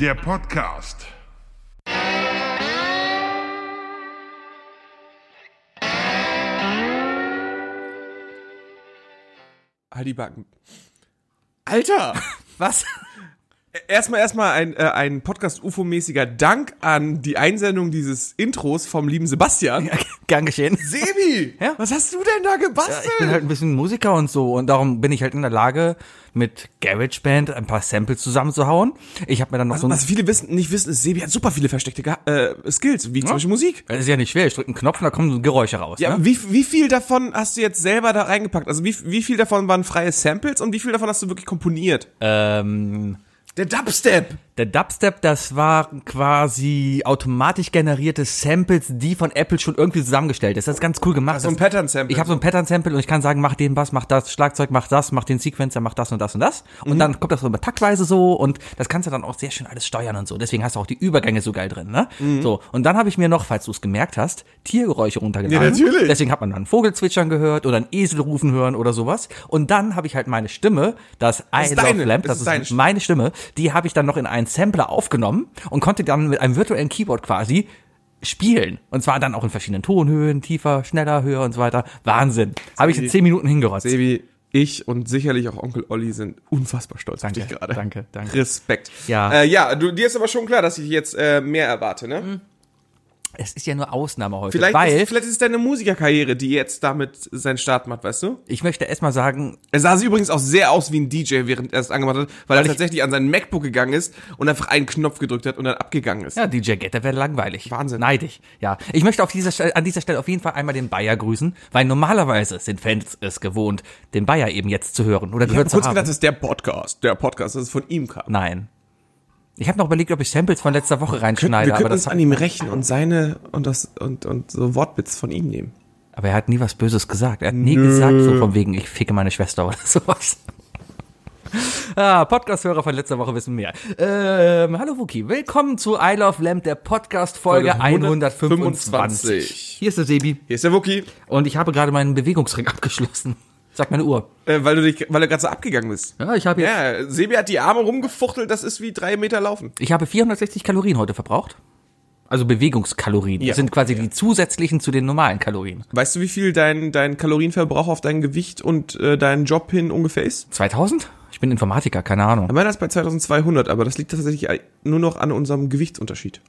der Podcast. Halt die Backen. Alter, was? Erstmal, erstmal ein, äh, ein Podcast-UFO-mäßiger Dank an die Einsendung dieses Intros vom lieben Sebastian. Gern geschehen. Sebi, Ja? was hast du denn da gebastelt? Ich bin halt ein bisschen Musiker und so und darum bin ich halt in der Lage, mit GarageBand ein paar Samples zusammenzuhauen. Ich habe mir dann noch so ein... was Also viele wissen, nicht wissen, ist, Sebi hat super viele versteckte Geha- äh, Skills, wie zum Beispiel Musik. Das ist ja nicht schwer, ich drücke einen Knopf und da kommen so Geräusche raus. Ja, ne? wie, wie viel davon hast du jetzt selber da reingepackt? Also wie, wie viel davon waren freie Samples und wie viel davon hast du wirklich komponiert? ähm, Der Dubstep. der Dubstep, das waren quasi automatisch generierte Samples, die von Apple schon irgendwie zusammengestellt ist. Das ist ganz cool gemacht. so Also ein Das- Pattern-Sample. Also Ich habe so ein Pattern-Sample und ich kann sagen, mach den Bass, mach das Schlagzeug, mach das, mach den Sequencer, mach das und das und das. Mhm. Und dann kommt das so immer taktweise so und das kannst du dann auch sehr schön alles steuern und so. Deswegen hast du auch die Übergänge so geil drin, ne? Mhm. So, und dann habe ich mir noch, falls du es gemerkt hast, Tiergeräusche runtergeladen. Ja, natürlich. Deswegen hat man dann Vogelzwitschern gehört oder einen Esel rufen hören oder sowas. Und dann habe ich halt meine Stimme, das I ist Love deine, Lamp, das das ist ist, deine Stimme. meine Stimme, die habe ich dann noch in einen Sampler aufgenommen und konnte dann mit einem virtuellen Keyboard quasi spielen. Und zwar dann auch in verschiedenen Tonhöhen, tiefer, schneller, höher und so weiter. Wahnsinn. Habe ich in zehn Minuten hingerotzt. Sebi, ich und sicherlich auch Onkel Olli sind unfassbar stolz Danke, auf dich gerade. danke, danke. Respekt. Ja. Äh, ja, du, dir ist aber schon klar, dass ich jetzt äh, mehr erwarte, ne? Es ist ja nur Ausnahme heute, Vielleicht, Mhm. weil ist, vielleicht ist deine Musikerkarriere, die jetzt damit seinen Start macht, weißt du? ich möchte erstmal sagen, Er sah sie übrigens auch sehr aus wie ein DJ, während er es angemacht hat, weil er tatsächlich an seinen MacBook gegangen ist und einfach einen Knopf gedrückt hat und dann abgegangen ist. ja, DJ Getter wäre langweilig. Wahnsinn. Neidig. Ja. Ich möchte auf dieser Stelle, an dieser Stelle auf jeden Fall einmal den Bayer grüßen, weil normalerweise sind Fans es gewohnt, den Bayer eben jetzt zu hören oder Ich habe gehört zu kurz haben. gedacht, das ist der Podcast. Der Podcast, das ist von ihm kam. Nein. Ich habe noch überlegt, ob ich Samples von letzter Woche reinschneide, Wir aber, können uns das an ihm rächen und seine und das und, und so Wortwitz von ihm nehmen. aber er hat nie was Böses gesagt. Er hat nie gesagt, so von wegen, ich ficke meine Schwester oder sowas. Ah, Podcast-Hörer von letzter Woche wissen mehr. Ähm, hallo Wuki, willkommen zu I Love Lamp, der Podcast-Folge Folge 125. 125. Hier ist der Sebi Hier ist der Wookie, und ich habe gerade meinen Bewegungsring abgeschlossen. Sagt meine Uhr. äh, weil du dich, weil du gerade so abgegangen bist. Ja, ich habe jetzt, Ja, Sebi hat die Arme rumgefuchtelt, das ist wie drei Meter laufen. ich habe 460 Kalorien heute verbraucht. Also Bewegungskalorien. Ja. Das sind quasi die zusätzlichen zu den normalen Kalorien. Weißt du, wie viel dein, dein Kalorienverbrauch auf dein Gewicht und äh, deinen Job hin ungefähr ist? 2000? Ich bin Informatiker, keine Ahnung. Meiner ist bei 2200, aber das liegt tatsächlich äh, nur noch an unserem Gewichtsunterschied.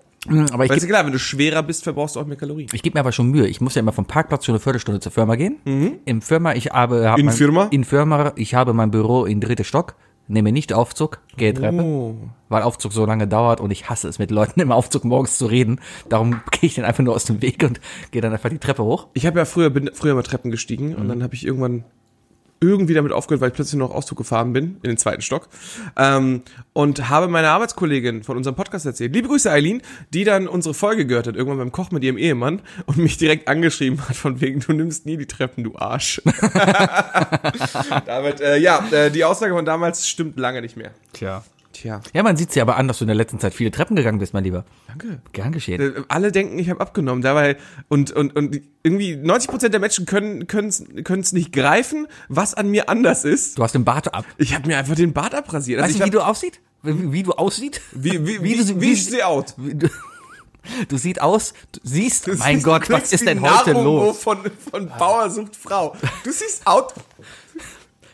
Aber ich Weil ist ja gebe klar, wenn du schwerer bist, verbrauchst du auch mehr Kalorien. ich geb mir aber schon Mühe. Ich muss ja immer vom Parkplatz schon eine Viertelstunde zur Firma gehen. Im Firma, ich habe hab Mhm. In Firma? in Firma, ich habe mein Büro im dritten Stock. Nehme nicht Aufzug, gehe Oh. Treppe, weil Aufzug so lange dauert und ich hasse es, mit Leuten im Aufzug morgens zu reden. Darum gehe ich den einfach nur aus dem Weg und gehe dann einfach die Treppe hoch. Ich habe ja früher bin früher mal Treppen gestiegen und dann habe ich irgendwann irgendwie damit aufgehört, weil ich plötzlich noch Auszug gefahren bin in den zweiten Stock ähm, und habe meiner Arbeitskollegin von unserem Podcast erzählt. Liebe Grüße, Eileen, die dann unsere Folge gehört hat irgendwann beim Koch mit ihrem Ehemann und mich direkt angeschrieben hat von wegen du nimmst nie die Treppen, du Arsch. damit äh, ja äh, die Aussage von damals stimmt lange nicht mehr. Tja. Tja, Ja, man sieht ja aber an, dass du in der letzten Zeit viele Treppen gegangen bist, mein Lieber. danke. Gern geschehen. Äh, alle denken, ich habe abgenommen. Dabei und und und irgendwie 90 der Menschen können können es nicht greifen, was an mir anders ist. Du hast den Bart ab. Ich habe mir einfach den Bart abrasiert. Weißt Also du, wie ich hab, du aussieht? Wie, wie du aussieht? wie wie wie, du- wie, ich sehe aus. Wie- Du, du siehst aus, du siehst, mein Du Gott, was klingst ist wie denn heute Narumo los? Von von Bauer sucht Frau. Du siehst out.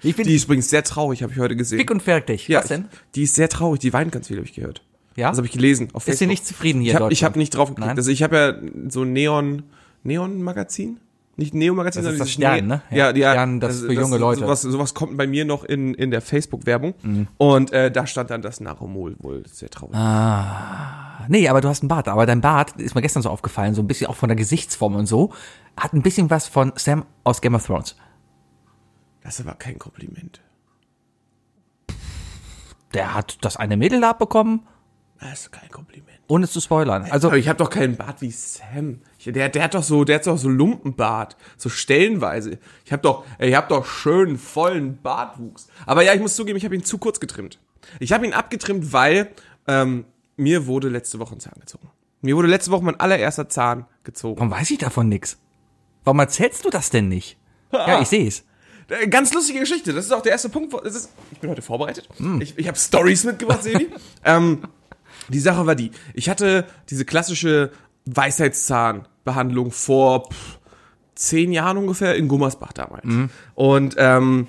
Ich bin Die ist übrigens sehr traurig, habe ich heute gesehen. dick und fertig. ja, was denn? Ich, die ist sehr traurig. Die weint ganz viel, habe ich gehört. Ja? Das habe ich gelesen. Auf Ist sie Facebook. nicht zufrieden hier Ich in habe Deutschland? hab nicht drauf geklickt. Nein? Also ich habe ja so ein Neon Neon Magazin, nicht Neo Magazin, Das ist sondern das dieses Stern, Ne- ne? Ja, Ja, ja, Stern, das für junge Leute. Mhm. Sowas, sowas kommt bei mir noch in in der Facebook Werbung und äh, da stand dann das Naromol wohl sehr traurig. Ah. Nee, aber du hast einen Bart. Aber dein Bart, ist mir gestern so aufgefallen, so ein bisschen auch von der Gesichtsform und so, hat ein bisschen was von Sam aus Game of Thrones. Das ist aber kein Kompliment. Der hat das eine Mädel da abbekommen, Das ist kein Kompliment. ohne es zu spoilern. Also, Aber ich habe doch keinen Bart wie Sam. Ich, der, der hat doch so, der hat doch so Lumpenbart, so stellenweise. Ich habe doch, ich habe doch schönen vollen Bartwuchs. Aber ja, ich muss zugeben, ich habe ihn zu kurz getrimmt. Ich habe ihn abgetrimmt, weil ähm, mir wurde letzte Woche ein Zahn gezogen. Mir wurde letzte Woche mein allererster Zahn gezogen. warum weiß ich davon nix? Warum erzählst du das denn nicht? Ja, ich sehe es. Äh, Ganz lustige Geschichte. Das ist auch der erste Punkt. wo- Das ist, ich bin heute vorbereitet. Ich, ich habe Stories mitgebracht, Sebi. ähm, Die Sache war die, ich hatte diese klassische Weisheitszahnbehandlung vor pff, zehn Jahren ungefähr in Gummersbach damals. Und ähm,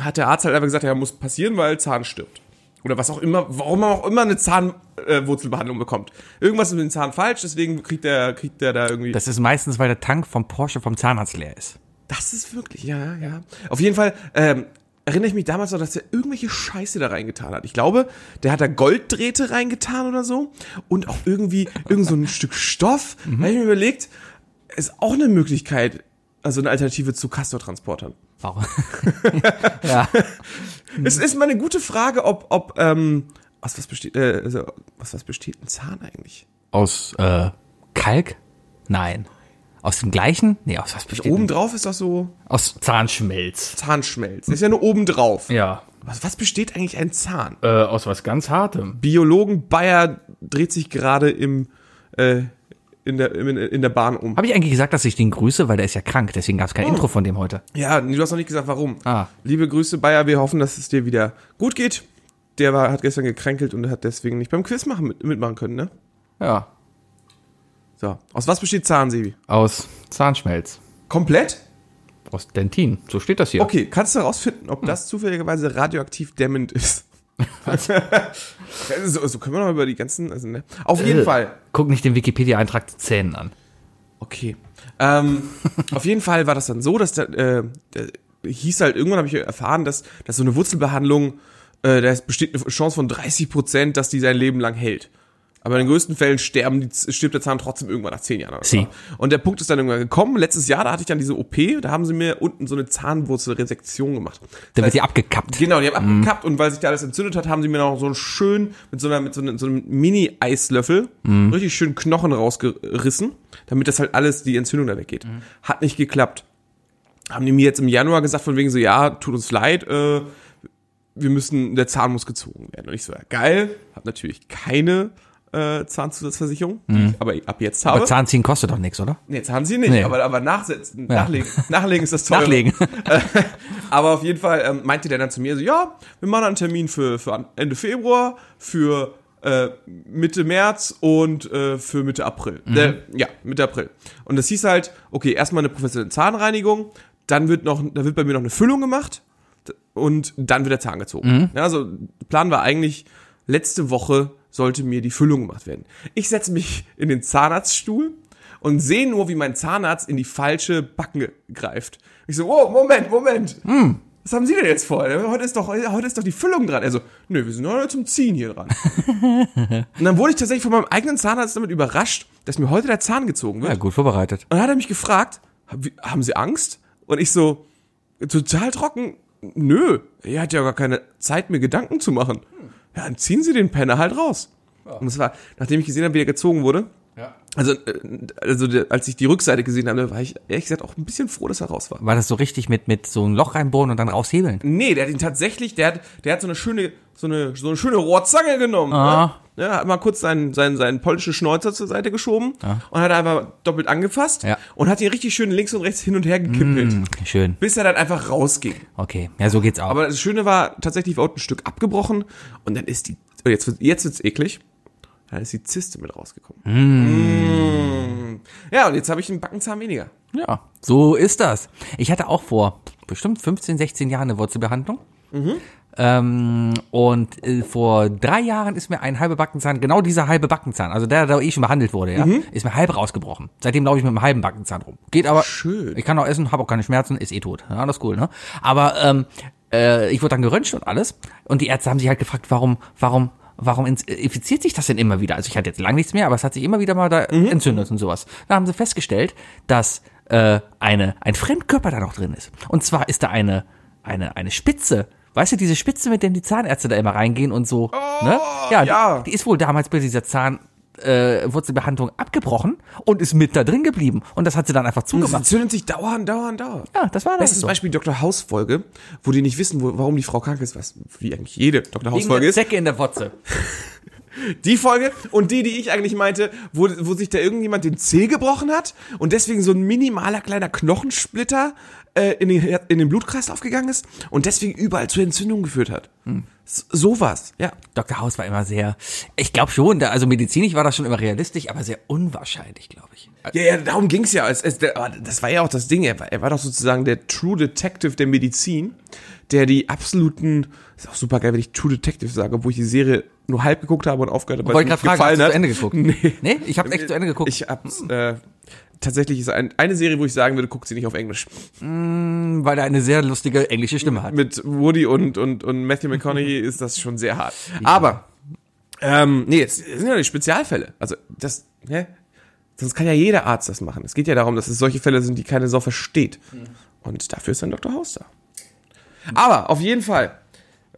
hat der Arzt halt einfach gesagt, ja, muss passieren, weil Zahn stirbt. Oder was auch immer, warum man auch immer eine Zahnwurzelbehandlung äh, Wurzelbehandlung bekommt. Irgendwas ist mit dem Zahn falsch, deswegen kriegt der, kriegt der da irgendwie. Das ist meistens, weil der Tank vom Porsche vom Zahnarzt leer ist. Das ist wirklich, ja, ja. Auf jeden Fall ähm, erinnere ich mich damals noch, dass er irgendwelche Scheiße da reingetan hat. Ich glaube, der hat da Golddrähte reingetan oder so und auch irgendwie irgend so ein Stück Stoff. Da habe ich mir überlegt, ist auch eine Möglichkeit, also eine Alternative zu Castortransportern. Warum? ja. Es ist mal eine gute Frage, ob, ob ähm, aus was besteht, äh, also, aus was besteht ein Zahn eigentlich? Aus äh, Kalk? Nein. Aus dem gleichen? Nee, aus was besteht Oben drauf ist das so denn? Aus Zahnschmelz. Zahnschmelz. Ist ja nur oben drauf. Ja. Was, was besteht eigentlich ein Zahn? Äh, aus was ganz Hartem. Biologen Bayer dreht sich gerade im äh, in der in, in der Bahn um. Habe ich eigentlich gesagt, dass ich den grüße, weil der ist ja krank, deswegen gab es kein Intro von dem heute. Ja, nee, du hast noch nicht gesagt, warum. Ah. Liebe Grüße Bayer, wir hoffen, dass es dir wieder gut geht. Der war, hat gestern gekränkelt und hat deswegen nicht beim Quiz machen, mit, mitmachen können, ne? Ja. So. Aus was besteht Zahn, Sebi? Aus Zahnschmelz. Komplett? Aus Dentin. So steht das hier. Okay, kannst du herausfinden, ob das zufälligerweise radioaktiv dämmend ist? so, so können wir noch über die ganzen. Also, ne? Auf jeden Äh, Fall. Guck nicht den Wikipedia-Eintrag zu Zähnen an. Okay. Ähm, auf jeden Fall war das dann so, dass da, äh, da hieß halt, irgendwann habe ich erfahren, dass, dass so eine Wurzelbehandlung, äh, da ist- besteht eine Chance von 30 Prozent, dass die sein Leben lang hält. Aber in den größten Fällen sterben die, stirbt der Zahn trotzdem irgendwann nach zehn Jahren. Oder so. Sie. Und der Punkt ist dann irgendwann gekommen. Letztes Jahr, da hatte ich dann diese OP, da haben sie mir unten so eine Zahnwurzelresektion gemacht. Dann wird die abgekappt. Genau, die Mhm. haben abgekappt und weil sich da alles entzündet hat, haben sie mir noch so einen schön mit so, einer, mit so, einem- so einem Mini-Eislöffel Mhm. richtig schön Knochen rausgerissen, damit das halt alles, die Entzündung da weggeht. Mhm. Hat nicht geklappt. Haben die mir jetzt im Januar gesagt, von wegen so, ja, tut uns leid, äh, wir müssen, der Zahn muss gezogen werden. Und ich so, ja, geil, hab natürlich keine äh, Zahnzusatzversicherung, die ich aber ab jetzt habe. Mhm. Aber Zahnziehen kostet doch nichts, oder? Nee, jetzt haben sie nicht, Nee. aber, aber nachsetzen, nachlegen, nachlegen ist das Teure. Nachlegen. Äh, aber auf jeden Fall ähm, meinte der dann zu mir so, ja, wir machen einen Termin für, für an- Ende Februar, für äh, Mitte März und äh, für Mitte April. Äh, ja, Mitte April. Und das hieß halt, okay, erstmal eine professionelle Zahnreinigung, dann wird noch, da wird bei mir noch eine Füllung gemacht und dann wird der Zahn gezogen. Ja, also Plan war eigentlich, letzte Woche sollte mir die Füllung gemacht werden. Ich setze mich in den Zahnarztstuhl und sehe nur, wie mein Zahnarzt in die falsche Backen greift. Ich so, oh, Moment, Moment. Was haben Sie denn jetzt vor? Heute ist doch, heute ist doch die Füllung dran. Also, nö, wir sind heute zum Ziehen hier dran. und dann wurde ich tatsächlich von meinem eigenen Zahnarzt damit überrascht, dass mir heute der Zahn gezogen wird. Ja, gut vorbereitet. Und dann hat er mich gefragt, "Hab- wie- haben Sie Angst? Und ich so, total trocken, nö, er hat ja gar keine Zeit, mir Gedanken zu machen. Ja, dann ziehen Sie den Penner halt raus. Und das war, nachdem ich gesehen habe, wie er gezogen wurde, also, äh, also der- als ich die Rückseite gesehen habe, war ich ehrlich gesagt auch ein bisschen froh, dass er raus war. War das so richtig mit, mit so ein Loch reinbohren und dann raushebeln? Nee, der hat ihn tatsächlich, der hat, der hat so eine schöne, so eine, so eine schöne Rohrzange genommen. Ah. Ne? Ja, hat mal kurz seinen, seinen, seinen polnischen Schnäuzer zur Seite geschoben und hat einfach doppelt angefasst Ja. Mm. und hat ihn richtig schön links und rechts hin und her gekippelt. Hm, Schön. bis er dann einfach rausging. Okay. Ja, so geht's auch. Aber das Schöne war, tatsächlich war unten ein Stück abgebrochen und dann ist die, oh, jetzt, wird- jetzt wird's eklig, dann ist die Zyste mit rausgekommen. Mm. Ja, und jetzt habe ich einen Backenzahn weniger. Ja, so ist das. Ich hatte auch vor bestimmt 15, 16 Jahren eine Wurzelbehandlung. Ähm, und äh, vor drei Jahren ist mir ein halber Backenzahn, genau dieser halbe Backenzahn, also der, der eh schon behandelt wurde, ja, ist mir halb rausgebrochen. Seitdem laufe ich mit einem halben Backenzahn rum. Geht aber. Schön. Ich kann auch essen, habe auch keine Schmerzen, ist eh tot. Ja, das ist cool, ne? Aber ähm, äh, ich wurde dann geröntgt und alles. Und die Ärzte haben sich halt gefragt, warum, warum, warum ins- äh, infiziert sich das denn immer wieder? Also ich hatte jetzt lang nichts mehr, aber es hat sich immer wieder mal da entzündet und sowas. Da haben sie festgestellt, dass äh, eine, ein Fremdkörper da noch drin ist. Und zwar ist da eine, eine, eine Spitze. Weißt du, diese Spitze, mit der die Zahnärzte da immer reingehen und so, ne? die- Oh, ja. Die ist wohl damals bei dieser Zahn, äh, Wurzelbehandlung abgebrochen und ist mit da drin geblieben. Und das hat sie dann einfach Das zugemacht. entzündet sich dauernd, dauernd, dauernd. Ja, das war das. Bestes Beispiel Dr. House-Folge, wo die nicht wissen, wo, warum die Frau krank ist, was wie eigentlich jede Dr. Wegen der House-Folge ist. Zecke in der Wotze. Die Folge und die, die ich eigentlich meinte, wo, wo sich da irgendjemand den Zeh gebrochen hat und deswegen so ein minimaler kleiner Knochensplitter äh, in, den, Her- in den Blutkreislauf gegangen ist und deswegen überall zu Entzündungen geführt hat. Hm. S- Sowas, ja. Dr. House war immer sehr, ich glaube schon, da, also medizinisch war das schon immer realistisch, aber sehr unwahrscheinlich, glaube ich. Ja, ja, darum ging's ja. Es, es, der, aber das war ja auch das Ding. Er war, er war doch sozusagen der True Detective der Medizin, der die absoluten. Ist auch super geil, wenn ich True Detective sage, obwohl ich die Serie nur halb geguckt habe und aufgehört habe. weil Wollte es gerade mir fragen, hast du gefallen zu Ende geguckt? Nee. Nee, ich habe echt zu Ende geguckt. Ich hab's. Äh, tatsächlich ist ein, eine Serie, wo ich sagen würde, guckt sie nicht auf Englisch. weil er eine sehr lustige englische Stimme hat. Mit Woody und, und, und Matthew McConaughey ist das schon sehr hart. Aber, ähm, nee, es sind ja die Spezialfälle. Also, das, ne? Sonst kann ja jeder Arzt das machen. Es geht ja darum, dass es solche Fälle sind, die keine Sau versteht. Und dafür ist dann Dr. House da. Aber auf jeden Fall,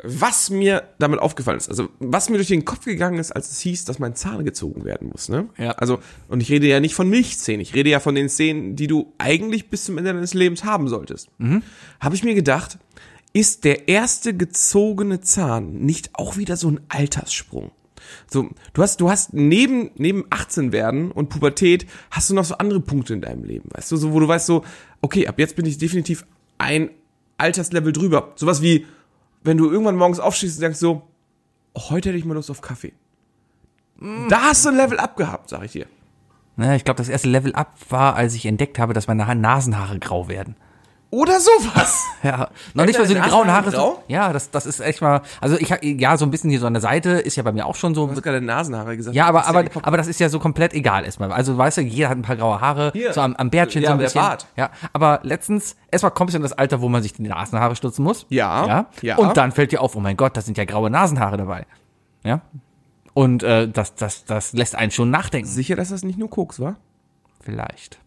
was mir damit aufgefallen ist, also was mir durch den Kopf gegangen ist, als es hieß, dass mein Zahn gezogen werden muss, ne? Ja. Also, und ich rede ja nicht von Milchzähnen, ich rede ja von den Zähnen, die du eigentlich bis zum Ende deines Lebens haben solltest. Habe ich mir gedacht, ist der erste gezogene Zahn nicht auch wieder so ein Alterssprung? So, du hast, du hast neben, neben 18 werden und Pubertät hast du noch so andere Punkte in deinem Leben, weißt du, so, wo du weißt so, okay, ab jetzt bin ich definitiv ein Alterslevel drüber. Sowas wie, wenn du irgendwann morgens aufstehst und sagst so, oh, heute hätte ich mal Lust auf Kaffee. Da hast du ein Level up gehabt, sag ich dir. Ne, ich glaube, das erste Level Up war, als ich entdeckt habe, dass meine ha Nasenhaare grau werden. Oder sowas. Ja, noch nicht mal so die deine grauen Haare. Nasenhaare Grau? grau? Ja, das, das ist echt mal, also ich hab- ja, so ein bisschen hier so an der Seite ist ja bei mir auch schon so. Du hast gerade Nasenhaare gesagt. Ja, aber, Das ist aber, die Kopf- aber das ist ja so komplett egal erstmal. Also, weißt du, jeder hat ein paar graue Haare, Hier. so am, am Bärtchen Ja, so ein der bisschen. Bart. Ja, aber letztens, erstmal kommst du in das Alter, wo man sich die Nasenhaare stutzen muss. Ja, ja. ja. Und dann fällt dir auf, oh mein Gott, da sind ja graue Nasenhaare dabei. Ja. Und äh, das, das, das lässt einen schon nachdenken. Sicher, dass das nicht nur Koks war? Vielleicht.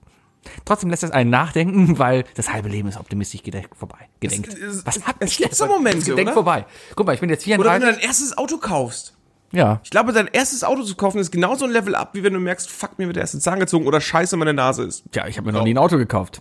Trotzdem lässt das einen nachdenken, weil das halbe Leben ist optimistisch gedenkt vorbei. Gedenkt. Es- es- Was hab es ich gibt denn? so Momente, Gedenkt oder? vorbei. Guck mal, ich bin jetzt Oder wenn du 34. dein erstes Auto kaufst. Ja. Ich glaube, dein erstes Auto zu kaufen ist genauso ein Level up, wie wenn du merkst, fuck, mir wird der erste Zahn gezogen oder scheiße, meine Nase ist. Tja, ich habe mir noch Genau. nie ein Auto gekauft.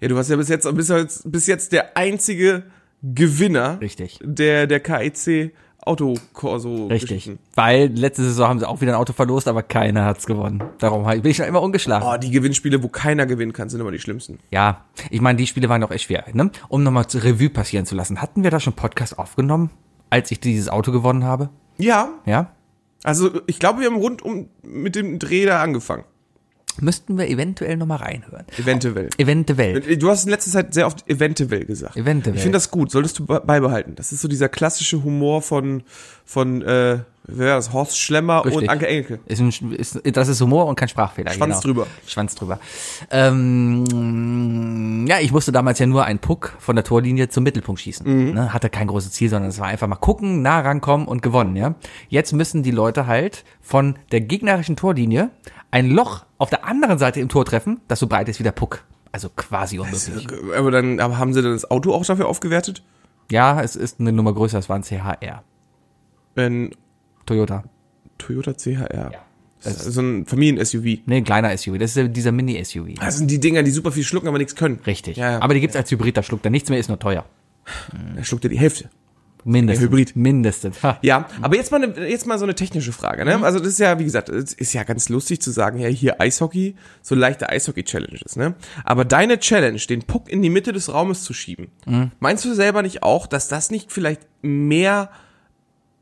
Ja, du warst ja bis jetzt, bis jetzt, bis jetzt der einzige Gewinner Richtig. der, der KIC Autokorso. Richtig. Weil letzte Saison haben sie auch wieder ein Auto verlost, aber keiner hat's gewonnen. Darum hab- bin ich schon immer ungeschlagen. Oh, die Gewinnspiele, wo keiner gewinnen kann, sind immer die schlimmsten. Ja, ich meine, die Spiele waren doch echt schwer. Ne? Um nochmal zur Revue passieren zu lassen. Hatten wir da schon Podcast aufgenommen, als ich dieses Auto gewonnen habe? Ja, Ja. also ich glaube, wir haben rund um mit dem Dreh da angefangen. Müssten wir eventuell nochmal reinhören. Eventuell. Eventuell. Du hast in letzter Zeit sehr oft eventuell gesagt. Eventuell. Ich finde das gut, solltest du be- beibehalten. Das ist so dieser klassische Humor von, von äh, wer war das? Horst Schlemmer Richtig. und Anke Engelke. Ist ein, ist, das ist Humor und kein Sprachfehler. genau. Schwanz drüber. Schwanz drüber. Ähm, ja, ich musste damals ja nur einen Puck von der Torlinie zum Mittelpunkt schießen. Mhm. Ne? Hatte kein großes Ziel, sondern es war einfach mal gucken, nah rankommen und gewonnen. Ja? Jetzt müssen die Leute halt von der gegnerischen Torlinie ein Loch auf der anderen Seite im Tor treffen, das so breit ist wie der Puck. Also quasi unmöglich. Aber dann aber haben sie dann das Auto auch dafür aufgewertet? Ja, es ist eine Nummer größer, es war ein CHR. Ein Toyota. Toyota CHR. Ja. Das ist so ein Familien-SUV. Nee, ein kleiner SUV. Das ist ja dieser Mini-SUV. Das sind die Dinger, die super viel schlucken, aber nichts können. Richtig. Ja, ja. Aber die gibt's als Hybrid, da schluckt er nichts mehr, ist nur teuer. er schluckt ja die Hälfte. Mindestens. Der Hybrid. Mindestens. Ha. Ja, aber jetzt mal, eine, jetzt mal so eine technische Frage. Mhm. Ne? Also das ist ja, wie gesagt, es ist ja ganz lustig zu sagen, ja, hier Eishockey, so leichte Eishockey-Challenges. Ne? Aber deine Challenge, den Puck in die Mitte des Raumes zu schieben, Mhm. meinst du selber nicht auch, dass das nicht vielleicht mehr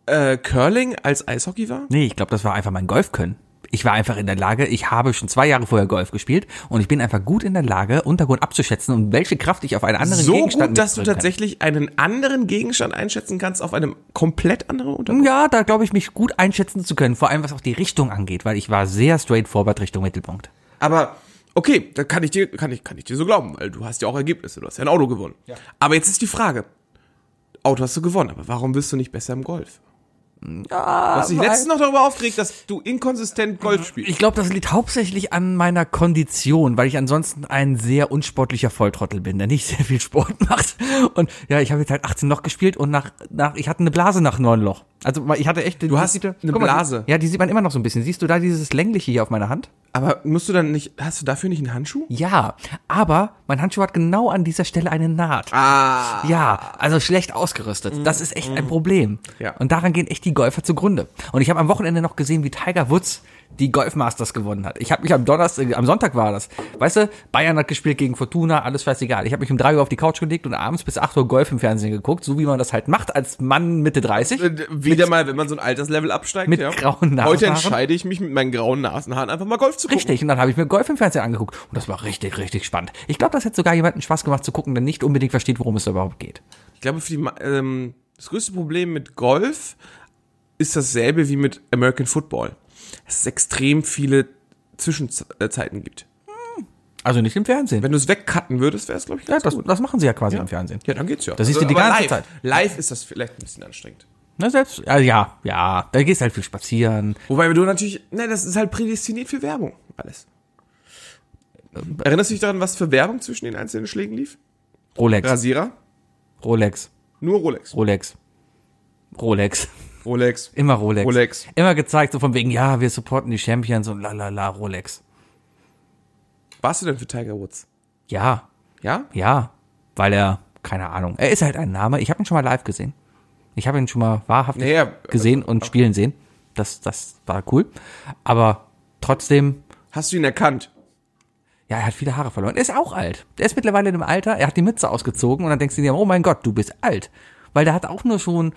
äh, Curling als Eishockey war? Nee, ich glaube, das war einfach mein Golfkönnen. Ich war einfach in der Lage, ich habe schon zwei Jahre vorher Golf gespielt und ich bin einfach gut in der Lage, Untergrund abzuschätzen und welche Kraft ich auf einen anderen So Gegenstand gut, dass du mitbringen kann. tatsächlich einen anderen Gegenstand einschätzen kannst auf einem komplett anderen Untergrund. Ja, da glaube ich, mich gut einschätzen zu können, vor allem was auch die Richtung angeht, weil ich war sehr straightforward Richtung Mittelpunkt. Aber okay, da kann ich dir, kann ich, kann ich dir so glauben, weil du hast ja auch Ergebnisse, du hast ja ein Auto gewonnen. Aber jetzt ist die Frage. Auto hast du gewonnen, aber warum bist du nicht besser im Golf? du hast dich weil- Mhm. letztens noch darüber aufgeregt, dass du inkonsistent Golf spielst. Ich glaube, das liegt hauptsächlich an meiner Kondition, weil ich ansonsten ein sehr unsportlicher Volltrottel bin, der nicht sehr viel Sport macht. Und ja, ich habe jetzt halt 18 Loch gespielt und nach, nach ich hatte eine Blase nach 9 Loch. Also mal- ich hatte echt Du hast eine Blase. ja, die sieht man immer noch so ein bisschen. Siehst du da dieses längliche hier auf meiner Hand? Aber musst du dann nicht, hast du dafür nicht einen Handschuh? Ja, aber mein Handschuh hat genau an dieser Stelle eine Naht. Ah. Mhm. Ja, also schlecht ausgerüstet. Das ist echt ein Problem. Ja. Und daran gehen echt die Golfer zugrunde. Und ich habe am Wochenende noch gesehen, wie Tiger Woods die Golf Masters gewonnen hat. Ich habe mich am Donnerstag, äh, am Sonntag war das. Weißt du, Bayern hat gespielt gegen Fortuna, alles scheißegal. Ich habe mich um drei Uhr auf die Couch gelegt und abends bis 8 Uhr Golf im Fernsehen geguckt, so wie man das halt macht als Mann Mitte 30. Wieder mal, wenn man so ein Alterslevel absteigt. mit ja. grauen Nasenhaaren. Heute entscheide ich mich mit meinen grauen Nasenhaaren einfach mal Golf zu gucken. Richtig, und dann habe ich mir Golf im Fernsehen angeguckt und das war richtig, richtig spannend. Ich glaube, das hätte sogar jemanden Spaß gemacht zu gucken, der nicht unbedingt versteht, worum es da überhaupt geht. Ich glaube, für die, Ma- ähm, das größte Problem mit Golf ist dasselbe wie mit American Football. Dass es extrem viele Zwischenzeiten gibt. Also nicht im Fernsehen. Wenn du es wegcutten würdest, wäre es, glaube ich, Ja, ganz das, gut. das machen sie ja quasi im Fernsehen. Ja, dann geht's ja. Also, Das siehst du die aber ganze live, Zeit. Live ist das vielleicht ein bisschen anstrengend. Na, selbst, also ja, ja, da gehst halt viel spazieren. Wobei du natürlich, ne, das ist halt prädestiniert für Werbung, alles. Erinnerst du dich daran, was für Werbung zwischen den einzelnen Schlägen lief? Rolex, Rasierer, Rolex, nur Rolex. Rolex, Rolex, Rolex. immer Rolex. Rolex. Immer gezeigt, so von wegen, ja, wir supporten die Champions und la la la, Rolex. Warst du denn für Tiger Woods? Ja, Ja? ja, weil er, keine Ahnung, er ist halt ein Name. Ich habe ihn schon mal live gesehen. Ich habe ihn schon mal wahrhaftig Naja, also- gesehen und spielen sehen. Das, das war cool. Aber trotzdem, Hast du ihn erkannt? Ja, er hat viele Haare verloren. Er ist auch alt. Der ist mittlerweile in einem Alter, er hat die Mütze ausgezogen und dann denkst du dir, oh mein Gott, du bist alt. Weil der hat auch nur schon,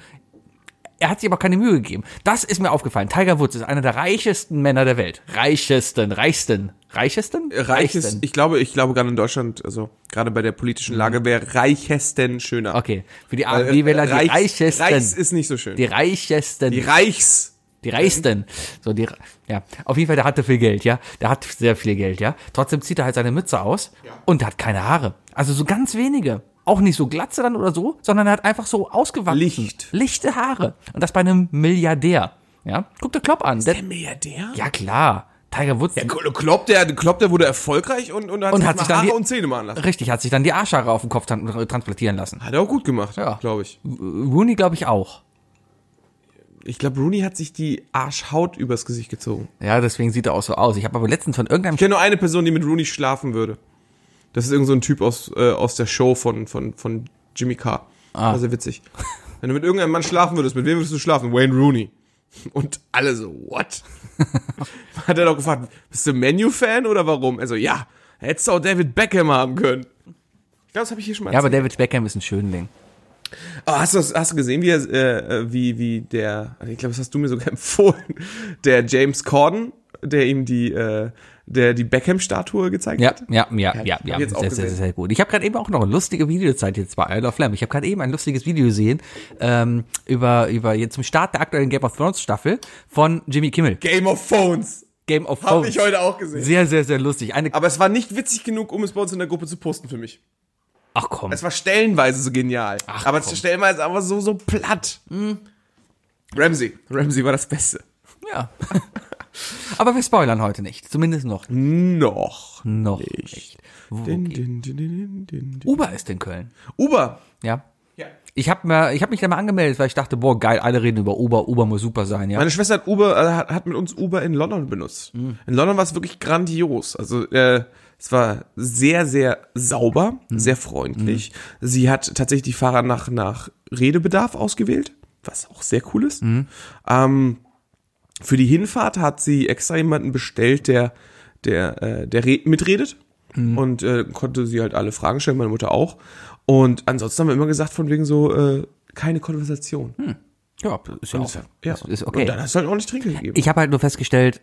er hat sich aber keine Mühe gegeben. Das ist mir aufgefallen. Tiger Woods ist einer der reichesten Männer der Welt. Reichesten, reichsten, reichesten? Reiches, ich glaube, ich glaube gerade in Deutschland, also gerade bei der politischen Lage, wäre reichesten schöner. Mhm. Okay, für die Weil, äh, AfD-Wähler die Reichs- reichesten. Reichs ist nicht so schön. die Die, reichesten. Reichs. Die reichsten. So, die, ja. Auf jeden Fall, der hatte viel Geld, ja. Der hat sehr viel Geld, ja. Trotzdem zieht er halt seine Mütze aus und hat keine Haare. Also so ganz wenige. Auch nicht so glatze dann oder so, sondern er hat einfach so ausgewachsen. Licht. Lichte Haare. Und das bei einem Milliardär. Ja. Guck dir Klopp an. Der, Milliardär? Ja. ja, klar. Tiger Woods. Klopp, der, Klopp, der wurde erfolgreich und, und hat, Und hat mal sich dann Haare die- und Zähne machen lassen. richtig, hat sich dann die Arschhaare auf den Kopf tran äh, transplantieren lassen. Hat er auch gut gemacht, Ja. glaube ich. Rooney, glaube ich, auch. Ich glaube, Rooney hat sich die Arschhaut übers Gesicht gezogen. Ja, deswegen sieht er auch so aus. Ich habe aber letztens von irgendeinem Ich kenne nur eine Person, die mit Rooney schlafen würde. Das ist irgend so ein Typ aus, äh, aus der Show von, von, von Jimmy Carr. Ah. War sehr witzig. Wenn du mit irgendeinem Mann schlafen würdest, mit wem würdest du schlafen? Wayne Rooney. Und alle so, what? Hat er doch gefragt, bist du Menu-Fan oder warum? Also, ja, hättest du auch David Beckham haben können. Ich glaube, das habe ich hier schon mal Ja, aber David Beckham ist ein Schönling. Oh, hast, du, das- hast du gesehen, wie, er, äh, äh, wie, wie der, ich glaube, das hast du mir sogar empfohlen, der James Corden, der ihm die, äh, der die Beckham-Statue gezeigt Ja, hat? ja, ja, ich ja, hab ja. jetzt auch Sehr, sehr, gesehen. sehr gut. Ich habe gerade eben auch noch eine lustige Videozeit jetzt bei Isle of Lamb. Ich habe gerade eben ein lustiges Video gesehen ähm, über über jetzt zum Start der aktuellen Game of Thrones Staffel von Jimmy Kimmel. Game of Phones. Game of Habe Thrones. ich heute auch gesehen. Sehr, sehr, sehr lustig. Eine. Aber es war nicht witzig genug, um es bei uns in der Gruppe zu posten für mich. Ach komm. Es war stellenweise so genial. Ach, aber komm. stellenweise aber so, so platt. Ramsey. Ramsey war das Beste. Ja. Aber wir spoilern heute nicht. Zumindest noch. Noch. Noch nicht. Wo Din, geht- din, din, din, din, din. Uber ist in Köln. Uber. Ja. Ja. Ich habe mir, ich habe mich da mal angemeldet, weil ich dachte, boah, geil, alle reden über Uber. Uber muss super sein, ja. Meine Schwester hat Uber, äh, hat, hat mit uns Uber in London benutzt. In London war es wirklich grandios. Also äh, es war sehr, sehr sauber, Mhm. sehr freundlich. Sie hat tatsächlich die Fahrer nach, nach Redebedarf ausgewählt, was auch sehr cool ist. Mhm. Ähm, für die Hinfahrt hat sie extra jemanden bestellt, der, der, äh, der re- mitredet. Mhm. Und äh, konnte sie halt alle Fragen stellen, meine Mutter auch. Und ansonsten haben wir immer gesagt, von wegen so, äh, keine Konversation. Ja, ist ja, auch, Ja. Ist, Hm, ist okay. Und dann hast du halt auch nicht Trinkgeld gegeben. Ich habe halt nur festgestellt,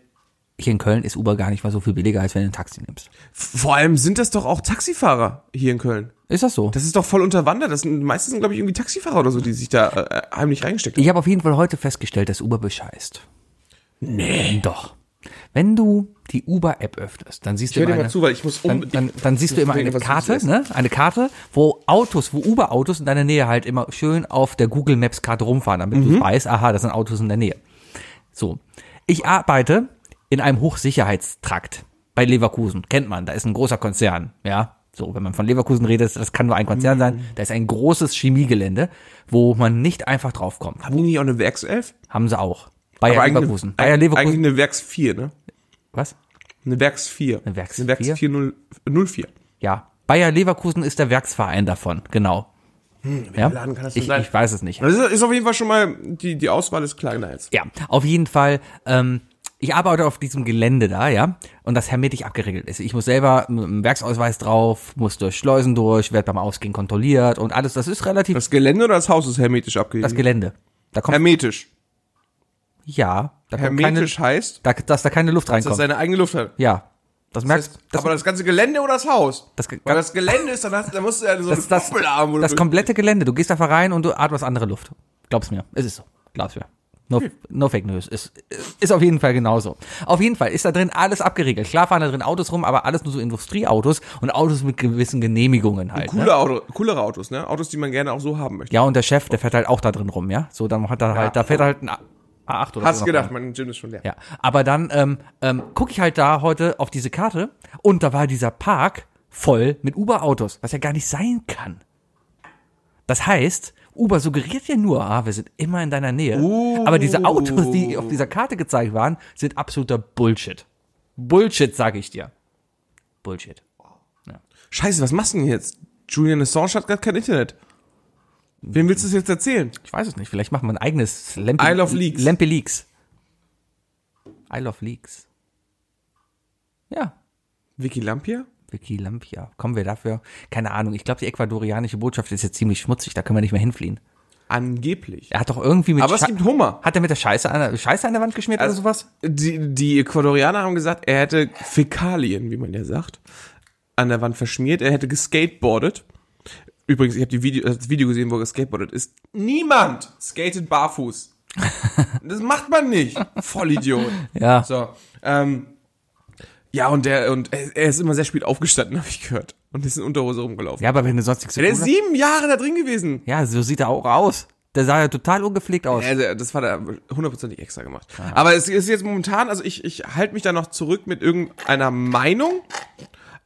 hier in Köln ist Uber gar nicht mal so viel billiger, als wenn du ein Taxi nimmst. Vor allem sind das doch auch Taxifahrer hier in Köln. Ist das so? Das ist doch voll unterwandert. Das sind meistens sind, glaube ich, irgendwie Taxifahrer oder so, die sich da äh, heimlich reingesteckt haben. ich habe auf jeden Fall heute festgestellt, dass Uber bescheißt. Nee. Doch. Wenn du die Uber-App öffnest, dann siehst du Hör dir immer mal eine, zu, weil ich muss dann, unbedingt. dann, dann siehst du immer eine überlegen, was Karte, zu ne? Eine Karte, wo Autos, wo Uber-Autos in deiner Nähe halt immer schön auf der Google Maps-Karte rumfahren, damit Mhm. du weißt, aha, das sind Autos in der Nähe. So. Ich arbeite in einem Hochsicherheitstrakt bei Leverkusen. Kennt man, da ist ein großer Konzern, ja. So, wenn man von Leverkusen redet, das kann nur ein Konzern Mhm. sein. Da ist ein großes Chemiegelände, wo man nicht einfach draufkommt. Haben die nicht auch eine Werkself? Haben sie auch. Bayer eigentlich Leverkusen. Eine, Bayer Eigentlich Leverkusen. eine Werks 4, ne? Was? Eine Werks 4. Eine Werks Eine Werks 4? 4 0, 04. Ja. Bayer Leverkusen ist der Werksverein davon. Genau. ja? Hm, Laden kann das denn ich, sein? ich weiß es nicht. Das ist, ist auf jeden Fall schon mal, die, die Auswahl ist kleiner jetzt. Ja, auf jeden Fall. Ähm, ich arbeite auf diesem Gelände da, ja, und das hermetisch abgeregelt ist. Ich muss selber mit einem Werksausweis drauf, muss durch Schleusen durch, werde beim Ausgehen kontrolliert und alles. Das ist relativ das, Das Gelände oder das Haus ist hermetisch abgegeben? Gelände. Da kommt hermetisch. ja, da kommt keine, Hermetisch heißt, da, dass da keine Luft dass reinkommt. seine eigene Luft hat. ja, das merkt. Das, aber das ganze Gelände oder das Haus? Das ge- Weil das Gelände ist, dann, hast, dann musst du ja so das, einen das, Doppelarm, wo du das durch- komplette Gelände. Du gehst einfach rein und du atmest andere Luft. Glaub's mir. Es ist so. Glaub's mir. No, no fake news. Ist, ist auf jeden Fall genauso. Auf jeden Fall ist da drin alles abgeregelt. Klar fahren da drin Autos rum, aber alles nur so Industrieautos und Autos mit gewissen Genehmigungen halt. Coole Ne? Auto, coolere Autos, ne? Autos, die man gerne auch so haben möchte. Ja, und der Chef, der fährt halt auch da drin rum, ja? So, dann hat er halt, da fährt er halt ein A- A8 oder so. Hast noch gedacht, mein Gym ist schon leer. ja, aber dann ähm, ähm, gucke ich halt da heute auf diese Karte und da war dieser Park voll mit Uber-Autos, was ja gar nicht sein kann. Das heißt, Uber suggeriert ja nur, ah, wir sind immer in deiner Nähe. Aber Oh. diese Autos, die auf dieser Karte gezeigt waren, sind absoluter Bullshit. Bullshit, sag ich dir. Bullshit. Scheiße, was machst du denn jetzt? Julian Assange hat gerade kein Internet. Wem willst du es jetzt erzählen? Ich weiß es nicht. Vielleicht machen wir ein eigenes Lempe, Isle of Leaks. Lempe Leaks. Isle of Leaks. Ja, Wikilampia? Vicky Lampia. Kommen wir dafür? Keine Ahnung. Ich glaube, die ecuadorianische Botschaft ist jetzt ziemlich schmutzig. Da können wir nicht mehr hinfliehen. Angeblich. Er hat doch irgendwie mit Aber es Schei- gibt Also- Hummer. Hat er mit der Scheiße an der, Scheiße an der Wand geschmiert oder sowas? Die, die Ecuadorianer haben gesagt, er hätte Fäkalien, wie man ja sagt, an der Wand verschmiert. Er hätte geskateboardet. Übrigens, ich habe Video, äh, das Video gesehen, wo er geskateboardet ist. Niemand skatet barfuß. das macht man nicht. Vollidiot. Ja. So, ähm, ja, und der, und er, er ist immer sehr spät aufgestanden, habe ich gehört. Und ist in Unterhose rumgelaufen. Ja, aber wenn du sonst nichts zu Der tun ist hast- sieben Jahre da drin gewesen. Ja, so sieht er auch aus. Der sah ja total ungepflegt aus. Also, das war da hundertprozentig extra gemacht. Aber es ist jetzt momentan, also ich, ich halte mich da noch zurück mit irgendeiner Meinung,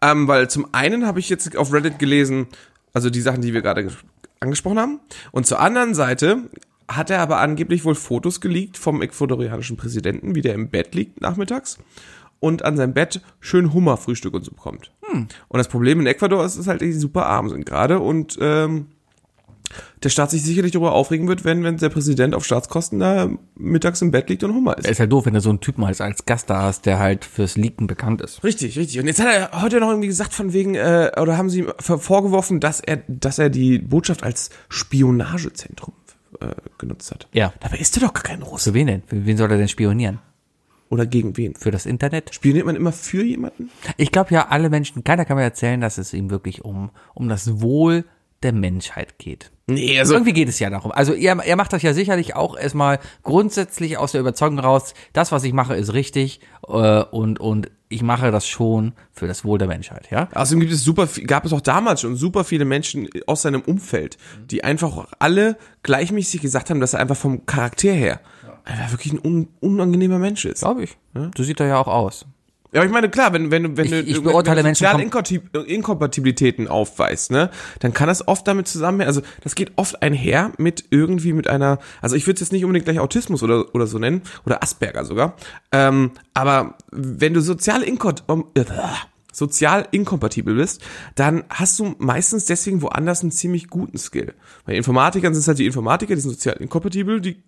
ähm, weil zum einen habe ich jetzt auf Reddit gelesen, also die Sachen, die wir gerade ges- angesprochen haben, und zur anderen Seite hat er aber angeblich wohl Fotos geleakt vom ecuadorianischen Präsidenten, wie der im Bett liegt nachmittags und an seinem Bett schön Hummerfrühstück und so bekommt. Und das Problem in Ecuador ist, ist halt, die super arm sind gerade und ähm, der Staat sich sicherlich darüber aufregen wird, wenn, wenn der Präsident auf Staatskosten da mittags im Bett liegt und Hummer ist. ist halt doof, wenn du so einen Typen als, als Gast da hast, der halt fürs Leaken bekannt ist. Richtig, richtig. Und jetzt hat er heute noch irgendwie gesagt von wegen, äh, oder haben sie ihm ver- vorgeworfen, dass er, dass er die Botschaft als Spionagezentrum äh, genutzt hat. Ja. Dabei ist er doch gar kein Russe. Für wen denn? Für wen soll er denn spionieren? Oder gegen wen? Für das Internet? Spioniert man immer für jemanden? Ich glaube ja, alle Menschen, keiner kann mir erzählen, dass es ihm wirklich um, um das Wohl der Menschheit geht. Nee, also Irgendwie geht es ja darum. Also ihr, ihr macht das ja sicherlich auch erstmal grundsätzlich aus der Überzeugung raus, das, was ich mache, ist richtig äh, und, und ich mache das schon für das Wohl der Menschheit, ja? Außerdem gibt es super, viel- gab es auch damals schon super viele Menschen aus seinem Umfeld, die einfach alle gleichmäßig gesagt haben, dass er einfach vom Charakter her einfach wirklich ein un unangenehmer Mensch ist. Glaube ich. ne? So sieht er ja auch aus. Ja, aber ich meine, klar, wenn, wenn, du- wenn du, ich wenn beurteile du Menschen soziale Inkompati- Inkompatibilitäten aufweist, ne, dann kann das oft damit zusammenhängen, also das geht oft einher mit irgendwie mit einer, also ich würde es jetzt nicht unbedingt gleich Autismus oder, oder so nennen, oder Asperger sogar, ähm, aber wenn du sozial, inkot um, äh, sozial inkompatibel bist, dann hast du meistens deswegen woanders einen ziemlich guten Skill. Bei Informatikern sind es halt die Informatiker, die sind sozial inkompatibel, die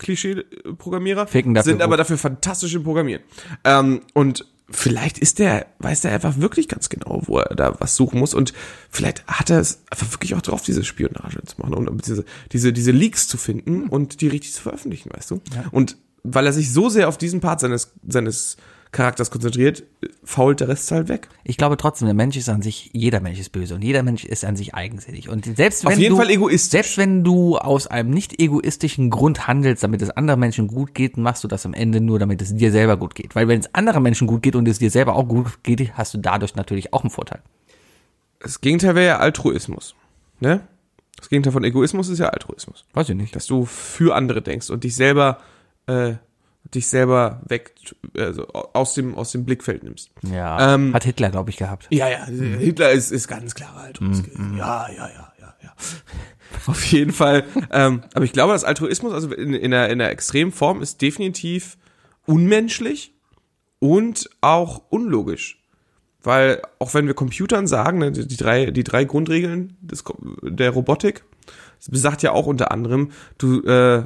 Klischee-Programmierer, Ficken dafür sind aber gut. dafür fantastisch im Programmieren. Ähm, und vielleicht ist der, weiß der einfach wirklich ganz genau, wo er da was suchen muss. Und vielleicht hat er es einfach wirklich auch drauf, diese Spionage zu machen und beziehungsweise diese, diese Leaks zu finden und die richtig zu veröffentlichen, weißt du? Und weil er sich so sehr auf diesen Part seines, seines Charakters konzentriert, fault der Rest halt weg. Ich glaube trotzdem, der Mensch ist an sich, jeder Mensch ist böse und jeder Mensch ist an sich eigensinnig. Und selbst wenn Auf jeden du, Fall egoistisch. Selbst wenn du aus einem nicht egoistischen Grund handelst, damit es anderen Menschen gut geht, machst du das am Ende nur, damit es dir selber gut geht. Weil wenn es anderen Menschen gut geht und es dir selber auch gut geht, hast du dadurch natürlich auch einen Vorteil. Das Gegenteil wäre ja Altruismus. Ne? Das Gegenteil von Egoismus ist ja Altruismus. Weiß ich nicht. Dass du für andere denkst und dich selber äh, dich selber weg, also aus dem, aus dem Blickfeld nimmst. Ja. Ähm, Hat Hitler, glaube ich, gehabt. Ja, ja, Hitler ist, ist ganz klar Altruist. Ja, ja, ja, ja, ja. Auf jeden Fall. ähm, aber ich glaube, dass Altruismus, also in, in, einer, in einer extremen Form, ist definitiv unmenschlich und auch unlogisch. Weil auch wenn wir Computern sagen, ne, die die drei, die drei Grundregeln des, Ko- der Robotik, das besagt ja auch unter anderem, du, äh,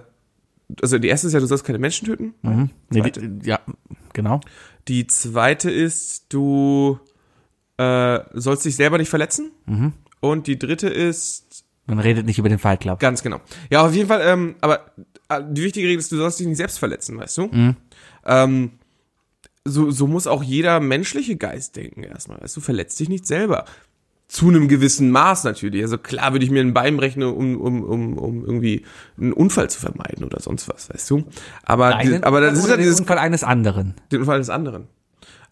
also die erste ist ja, du sollst keine Menschen töten. Nee, Zweite. die, ja, genau. Die zweite ist, du äh, sollst dich selber nicht verletzen. Mhm. Und die dritte ist, Man redet nicht über den Fight Club. ganz genau. Ja, auf jeden Fall, ähm, aber äh, die wichtige Regel ist, du sollst dich nicht selbst verletzen, weißt du? Mhm. Ähm, so, so muss auch jeder menschliche Geist denken erstmal, weißt du, verletzt dich nicht selber. Zu einem gewissen Maß natürlich. Also klar würde ich mir ein Bein brechen, um, um, um, um irgendwie einen Unfall zu vermeiden oder sonst was, weißt du? Aber, die, aber das ist ja der dieses Unfall eines anderen. den Unfall des anderen.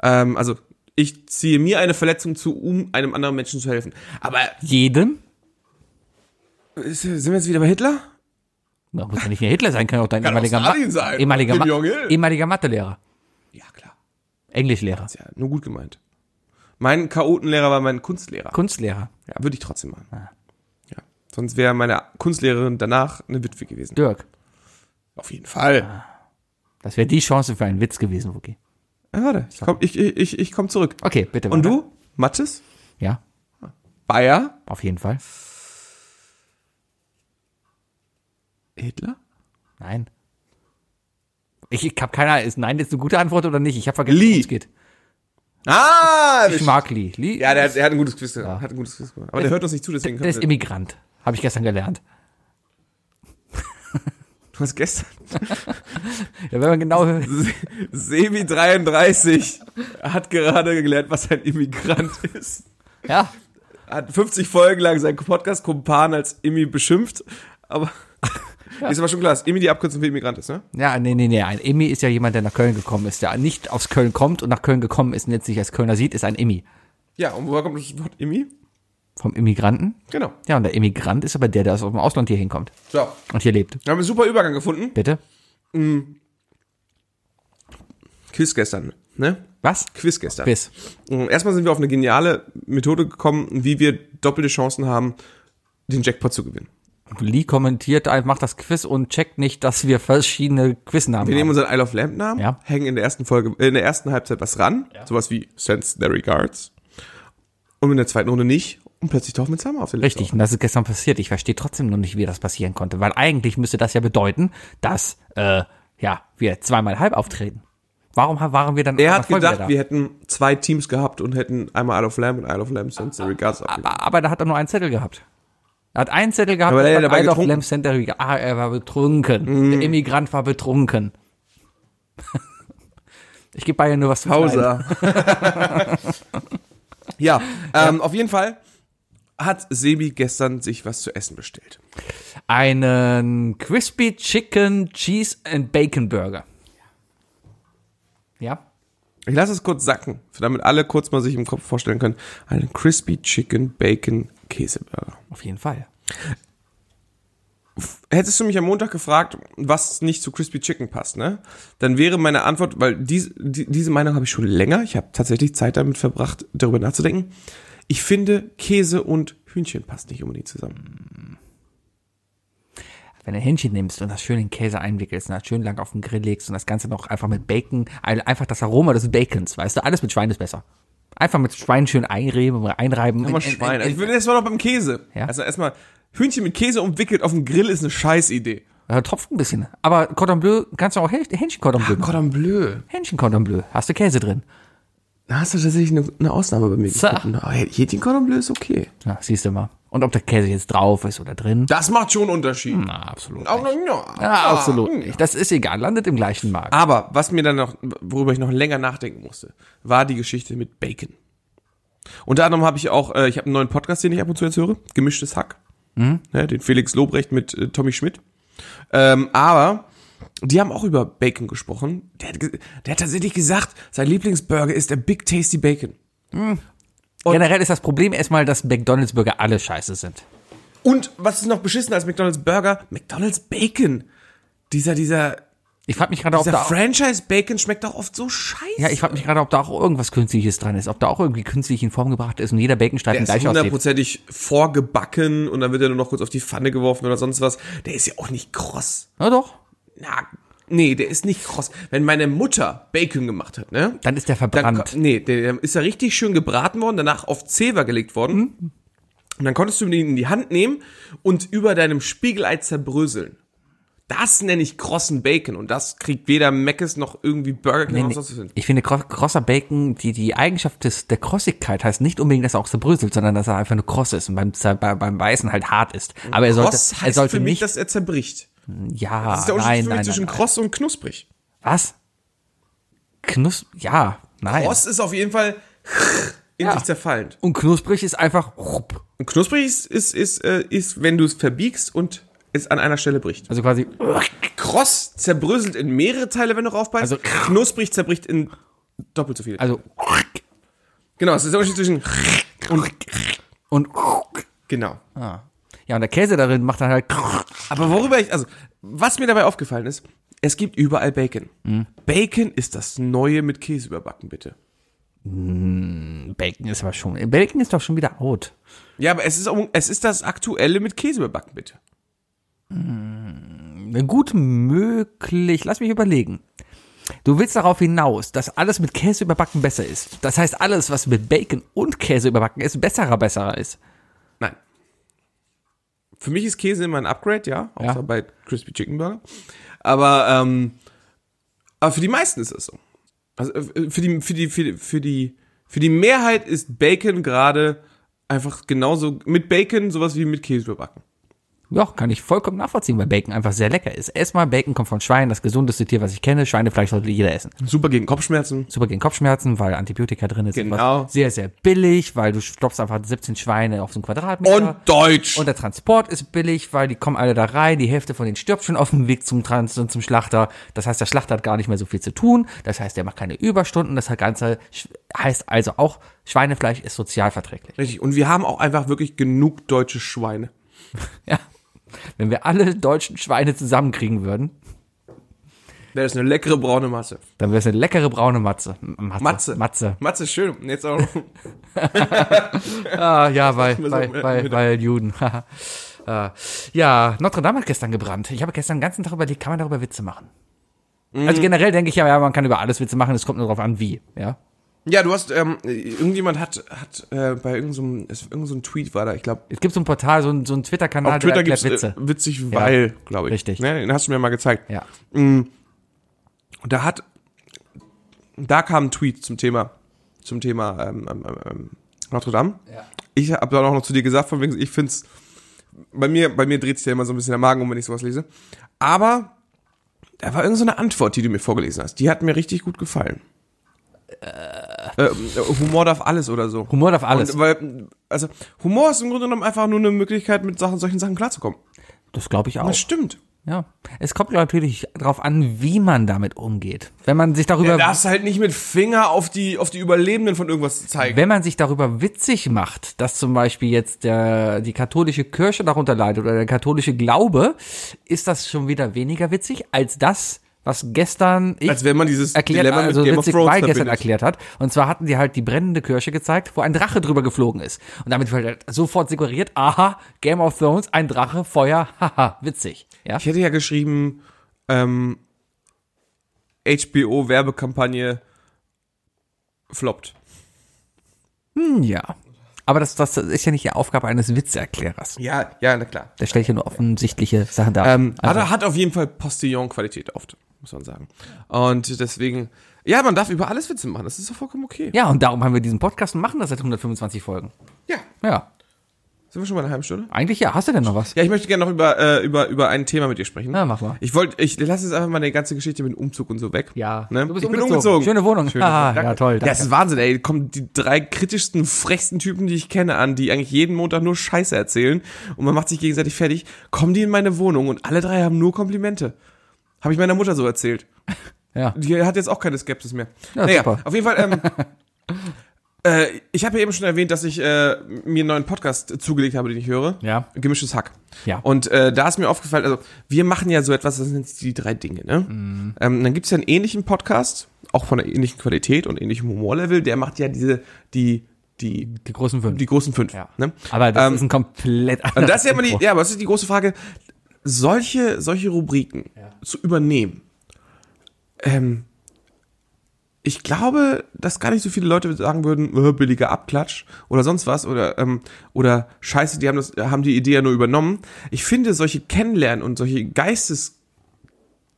Ähm, also ich ziehe mir eine Verletzung zu, um einem anderen Menschen zu helfen. Aber Jedem? ist- sind wir jetzt wieder bei Hitler? Da muss ja nicht nur Hitler sein, kann auch dein Kann ehemaliger, auch Stalin sein. ehemaliger, Kim Ma Jong-il. ehemaliger Mathelehrer, Ja, klar. Englischlehrer, Ist ja nur gut gemeint. Mein Chaotenlehrer war mein Kunstlehrer. Kunstlehrer. Ja, würde ich trotzdem machen. Ja. Sonst wäre meine Kunstlehrerin danach eine Witwe gewesen. Ah. Dirk. Auf jeden Fall. Das wäre die Chance für einen Witz gewesen, Wookie. Ah, warte, ich komm, ich, ich, ich, ich komm zurück. Okay, bitte. Und weiter. du? Mattes? Ja, Bayer? auf jeden Fall. Hitler? Nein. Ich, ich habe keine Ahnung, ist nein jetzt eine gute Antwort oder nicht? Ich habe vergessen, Lee. worum es geht. Ah! Ich mag Lee. Lee ja, der, hat- der hat ein gutes Quiz. gemacht, Hat ein gutes Quiz gemacht. Aber der hört uns nicht zu, deswegen der ist können wir, Immigrant. Habe ich gestern gelernt. Du hast gestern Ja, wenn man genau hört. Sebi33 hat gerade gelernt, was ein Immigrant ist. Ja. Hat 50 Folgen lang seinen Podcast-Kumpan als Immi beschimpft, aber ist aber schon klar, dass Immi die Abkürzung für Immigrant ist, ne? Ja, nee, nee, nee. Ein Emmy ist ja jemand, der nach Köln gekommen ist, der nicht aus Köln kommt und nach Köln gekommen ist und jetzt nicht als Kölner sieht, ist ein Emmy. Ja, und woher kommt das Wort Immi? Vom Immigranten. Genau. Ja, und der Immigrant ist aber der, der aus dem Ausland hier hinkommt So, und hier lebt. wir haben einen super Übergang gefunden. Bitte? Quiz gestern, ne? Was? Quiz gestern. Mm, Quiz. Erstmal sind wir auf eine geniale Methode gekommen, wie wir doppelte Chancen haben, den Jackpot zu gewinnen. Lee kommentiert, einfach, macht das Quiz und checkt nicht, dass wir verschiedene Quiznamen Wir haben. nehmen unseren Isle of Lamp Namen, Ja. hängen in der ersten Folge, äh, in der ersten Halbzeit was ran, sowas wie Sense the Regards. Und in der zweiten Runde nicht. Und plötzlich tauchen wir zusammen auf den letzten Richtig, und das ist gestern passiert. Ich verstehe trotzdem noch nicht, wie das passieren konnte, weil eigentlich müsste das ja bedeuten, dass äh, ja, wir zweimal halb auftreten. Warum ha- waren wir dann Er auf hat einmal voll gedacht, wir wieder hätten zwei Teams gehabt und hätten einmal Isle of Lamp und Isle of Lamp Sense the Regards da? abgegeben. Aber, aber da hat er nur einen Zettel gehabt. Er hat einen Zettel gehabt, Aber er hat und ja hat dabei Isle of getrunken. Mhm. Lamb Center gegangen. Ah, er war betrunken. Der Immigrant war betrunken. ich gebe Bayern nur was zu schneiden. Hauser. ah, ja, ähm, auf jeden Fall hat Sebi gestern sich was zu essen bestellt. Einen Crispy Chicken Cheese and Bacon Burger. Ja? Ich lasse es kurz sacken, damit alle kurz mal sich im Kopf vorstellen können. Einen Crispy Chicken Bacon Käseburger. Auf jeden Fall. hättest du mich am Montag gefragt, was nicht zu Crispy Chicken passt, ne? Dann wäre meine Antwort, weil diese, die, diese Meinung habe ich schon länger. Ich habe tatsächlich Zeit damit verbracht, darüber nachzudenken. Ich finde, Käse und Hühnchen passt nicht unbedingt zusammen. Wenn du ein Hähnchen nimmst und das schön in Käse einwickelst und das schön lang auf den Grill legst und das Ganze noch einfach mit Bacon, ein- einfach das Aroma des Bacons, weißt du, alles mit Schwein ist besser. Einfach mit Schwein schön einreiben, einreiben. Immer In- in- Schwein. also in- Ich würde erstmal noch beim Käse. Ja. Also erstmal Hühnchen mit Käse umwickelt auf dem Grill ist eine Scheißidee. äh, tropft ein bisschen. Aber Cordon Bleu, kannst du auch Häh- Hähnchen Cordon Bleu machen. Cordon Bleu. Hähnchen Cordon Bleu, hast du Käse drin. Da hast du tatsächlich eine, eine Ausnahme bei mir So. gefunden. Aber Hähnchen Cordon Bleu ist okay. Ja, siehst du mal. Und ob der Käse jetzt drauf ist oder drin. Das macht schon einen Unterschied. Na, absolut. Auch noch, Hm. ja. Hm. Ja, absolut nicht. Das ist egal, landet im gleichen Markt. Aber was mir dann noch, worüber ich noch länger nachdenken musste, war die Geschichte mit Bacon. Unter anderem habe ich auch, äh, ich habe einen neuen Podcast, den ich ab und zu jetzt höre, gemischtes Hack. Mhm. Ja, den Felix Lobrecht mit äh, Tommy Schmidt. Ähm, aber die haben auch über Bacon gesprochen. Der hat, ge- der hat tatsächlich gesagt, sein Lieblingsburger ist der Big Tasty Bacon. Generell ist das Problem erstmal, dass McDonalds Burger alle scheiße sind. Und was ist noch beschissener als McDonald's Burger? McDonald's Bacon. Dieser, dieser Ich frage mich gerade, ob Dieser da Franchise-Bacon schmeckt doch oft so scheiße. ja, ich frage mich gerade, ob da auch irgendwas Künstliches dran ist, ob da auch irgendwie künstlich in Form gebracht ist und jeder Baconstreifen Der ist gleich aussieht. hundertprozentig vorgebacken und dann wird er nur noch kurz auf die Pfanne geworfen oder sonst was. Der ist ja auch nicht kross. Na doch, Na, nee, der ist nicht kross. Wenn meine Mutter Bacon gemacht hat, ne? dann ist der Dann, verbrannt. nee, der der ist ja richtig schön gebraten worden, danach auf Zewa gelegt worden. Mhm. Und dann konntest du ihn in die Hand nehmen und über deinem Spiegelei zerbröseln. Das nenne ich krossen Bacon und das kriegt weder Mc's noch irgendwie Burger King Nee, noch nee. sonst was hin. Ich finde, kro- krosser Bacon, die, die Eigenschaft des, der Krossigkeit heißt nicht unbedingt, dass er auch zerbröselt, sondern dass er einfach nur kross ist und beim, Zer- bei- beim Weißen halt hart ist. Aber er sollte, Kross er heißt sollte für mich, nicht, dass er zerbricht. ja, Das ist nein, der Unterschied für mich nein, nein, zwischen nein. kross und knusprig. Was? Knus, ja, nein. Kross ist auf jeden Fall in Ja. sich zerfallend. Und knusprig ist einfach, rupp. Und knusprig ist, ist, ist, äh, ist wenn du es verbiegst und es an einer Stelle bricht. also quasi, Kross zerbröselt in mehrere Teile, wenn du raufbeißt. Also- knusprig zerbricht in doppelt so viele. also, genau, es ist der Unterschied zwischen und und, genau. Ah. ja, und der Käse darin macht dann halt, Aber worüber ich, also, was mir dabei aufgefallen ist, es gibt überall Bacon. Mhm. Bacon ist das Neue mit Käse überbacken, bitte. Bacon ist aber schon, Bacon ist doch schon wieder out. Ja, aber es ist, auch- es ist das Aktuelle mit Käse überbacken, bitte. Ne, Gut möglich. Lass mich überlegen. Du willst darauf hinaus, dass alles mit Käse überbacken besser ist. Das heißt, alles, was mit Bacon und Käse überbacken ist, besserer, besserer ist. Nein. Für mich ist Käse immer ein Upgrade, ja, außer Ja. bei Crispy Chicken Burger. Aber, ähm, aber für die meisten ist es so. Also äh, für die, für die, für die, für die, für die Mehrheit ist Bacon gerade einfach genauso mit Bacon sowas wie mit Käse überbacken. Ja, kann ich vollkommen nachvollziehen, weil Bacon einfach sehr lecker ist. Erstmal, Bacon kommt von Schwein, das gesundeste Tier, was ich kenne. Schweinefleisch sollte jeder essen. Super gegen Kopfschmerzen. Super gegen Kopfschmerzen, weil Antibiotika drin ist. Genau. Was Sehr, sehr billig, weil du stopfst einfach 17 Schweine auf so einen Quadratmeter. Und Deutsch. Und der Transport ist billig, weil die kommen alle da rein, die Hälfte von denen stirbt schon auf dem Weg zum Trans und zum Schlachter. Das heißt, der Schlachter hat gar nicht mehr so viel zu tun. Das heißt, der macht keine Überstunden. Das Ganze sch- heißt also auch, Schweinefleisch ist sozialverträglich. Richtig. Und wir haben auch einfach wirklich genug deutsche Schweine. Ja. Wenn wir alle deutschen Schweine zusammenkriegen würden, Das ist eine leckere braune Masse. dann wäre es eine leckere braune Matze. M- Matze. Matze. Matze. Matze, ist schön. Und Jetzt auch. Ah, ja, weil, mir so weil, mit- weil, mit- weil Juden. Äh, ja, Notre Dame hat gestern gebrannt. Ich habe gestern den ganzen Tag überlegt, kann man darüber Witze machen? Also generell denke ich ja, ja, man kann über alles Witze machen, es kommt nur darauf an, wie. Ja, Ja, du hast, ähm, irgendjemand hat, hat äh, bei irgendeinem, so irgendein so ein Tweet war da, ich glaube, Es gibt so ein Portal, so ein, so ein Twitter-Kanal, Auf Twitter erklärt gibt's äh, Witze. witzig, weil, Ja, glaube ich. richtig. Ne, den hast du mir mal gezeigt. ja. Und da hat, da kam ein Tweet zum Thema, zum Thema ähm, ähm, ähm, Notre Dame. Ja. Ich habe dann auch noch zu dir gesagt, von wegen, ich find's, bei mir, bei mir dreht's ja immer so ein bisschen der Magen um, wenn ich sowas lese. Aber da war irgendeine so eine Antwort, die du mir vorgelesen hast. Die hat mir richtig gut gefallen. Äh, Humor darf alles oder so. Humor darf alles. Und weil, also Humor ist im Grunde genommen einfach nur eine Möglichkeit, mit Sachen, solchen Sachen klarzukommen. äh, Das glaube ich auch. Das stimmt. Ja. Es kommt natürlich darauf an, wie man damit umgeht. Wenn man sich darüber, Du darfst halt nicht mit Finger auf die, auf die Überlebenden von irgendwas zeigen. wenn man sich darüber witzig macht, dass zum Beispiel jetzt der, die katholische Kirche darunter leidet oder der katholische Glaube, ist das schon wieder weniger witzig als das, was gestern ich Als wenn man dieses erklärt, Dilemma mit also Game of witzig Thrones Ball gestern verbindet. erklärt hat. Und zwar hatten die halt die brennende Kirche gezeigt, wo ein Drache drüber geflogen ist. Und damit wurde halt sofort suggeriert, aha, Game of Thrones, ein Drache, Feuer, haha, witzig. Ja? Ich hätte ja geschrieben, ähm, HBO-Werbekampagne floppt. Hm, Ja. Aber das, das ist ja nicht die Aufgabe eines Witzeerklärers. Ja, ja, na klar. Der stellt ja nur offensichtliche Sachen dar. Ähm, hat, hat auf jeden Fall Postillon-Qualität oft, muss man sagen. Und deswegen, ja, man darf über alles Witze machen, das ist doch vollkommen okay. ja, und darum haben wir diesen Podcast und machen das seit 125 Folgen. Ja. Ja, Sind wir schon bei einer halben Stunde? eigentlich ja. Hast du denn noch was? Ja, ich möchte gerne noch über, äh, über, über ein Thema mit dir sprechen. Na, mach mal. Ich wollte, ich lasse jetzt einfach mal die ganze Geschichte mit dem Umzug und so weg. ne? du bist ich bin umgezogen. umgezogen. Schöne Wohnung. ah, ja, toll. Ja, Das ist Wahnsinn, ey. Kommen die drei kritischsten, frechsten Typen, die ich kenne, an, die eigentlich jeden Montag nur Scheiße erzählen und man macht sich gegenseitig fertig, kommen die in meine Wohnung und alle drei haben nur Komplimente. Habe ich meiner Mutter so erzählt. ja. Die hat jetzt auch keine Skepsis mehr. Ja, naja, super. auf jeden Fall, ähm, Äh, ich habe ja eben schon erwähnt, dass ich äh, mir einen neuen Podcast zugelegt habe, den ich höre. Ja. Gemischtes Hack. Ja. Und äh, da ist mir aufgefallen, also wir machen ja so etwas, das sind jetzt die drei Dinge, ne? Mhm. Ähm, dann gibt's ja einen ähnlichen Podcast, auch von einer ähnlichen Qualität und ähnlichem Humorlevel, der macht ja diese, die, die, Die großen fünf. die großen fünf. ja. Ne? Aber das Ähm, ist ein komplett anderes Und das ist ja immer die, Intro. ja, aber das ist die große Frage, solche, solche Rubriken zu übernehmen. Ähm, ich glaube, dass gar nicht so viele Leute sagen würden, äh, billiger Abklatsch oder sonst was oder ähm, oder Scheiße, die haben das, haben die Idee ja nur übernommen. Ich finde solche Kennenlernen und solche Geistes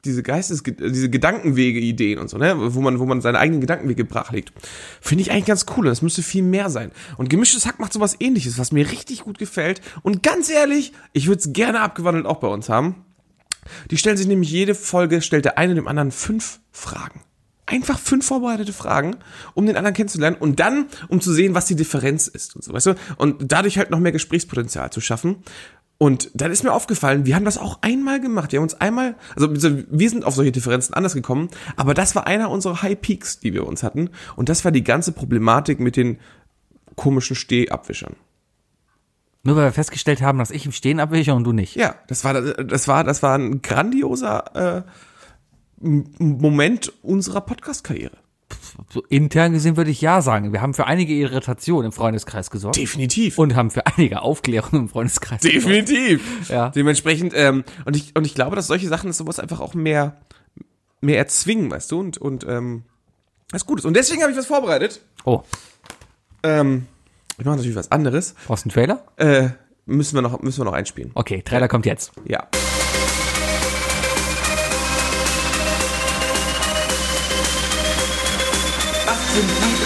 diese Geistes diese Gedankenwege Ideen und so, ne, wo man wo man seine eigenen Gedankenwege brachlegt. Finde ich eigentlich ganz cool, und das müsste viel mehr sein. Und gemischtes Hack macht sowas ähnliches, was mir richtig gut gefällt und ganz ehrlich, ich würde es gerne abgewandelt auch bei uns haben. Die stellen sich nämlich jede Folge stellt der eine dem anderen fünf Fragen. Einfach fünf vorbereitete Fragen, um den anderen kennenzulernen und dann, um zu sehen, was die Differenz ist und so, weißt du? Und dadurch halt noch mehr Gesprächspotenzial zu schaffen. Und dann ist mir aufgefallen, wir haben das auch einmal gemacht. Wir haben uns einmal, also wir sind auf solche Differenzen anders gekommen, aber das war einer unserer High Peaks, die wir uns hatten. Und das war die ganze Problematik mit den komischen Stehabwischern. Nur weil wir festgestellt haben, dass ich im Stehen abweiche und du nicht. Ja, das war das war das war ein grandioser äh, M- Moment unserer Podcast-Karriere. So intern gesehen würde ich ja sagen. Wir haben für einige Irritationen im Freundeskreis gesorgt. Definitiv. und haben für einige Aufklärung im Freundeskreis gesorgt. Definitiv. Ja. Dementsprechend, ähm, und ich, und ich glaube, dass solche Sachen sowas einfach auch mehr, mehr erzwingen, weißt du, und, und, ähm, was Gutes. Und deswegen habe ich was vorbereitet. Oh, Ähm, ich mache natürlich was anderes. brauchst du einen Trailer? Äh, müssen wir noch, müssen wir noch einspielen. Okay, Trailer kommt jetzt. Ja. Das sind die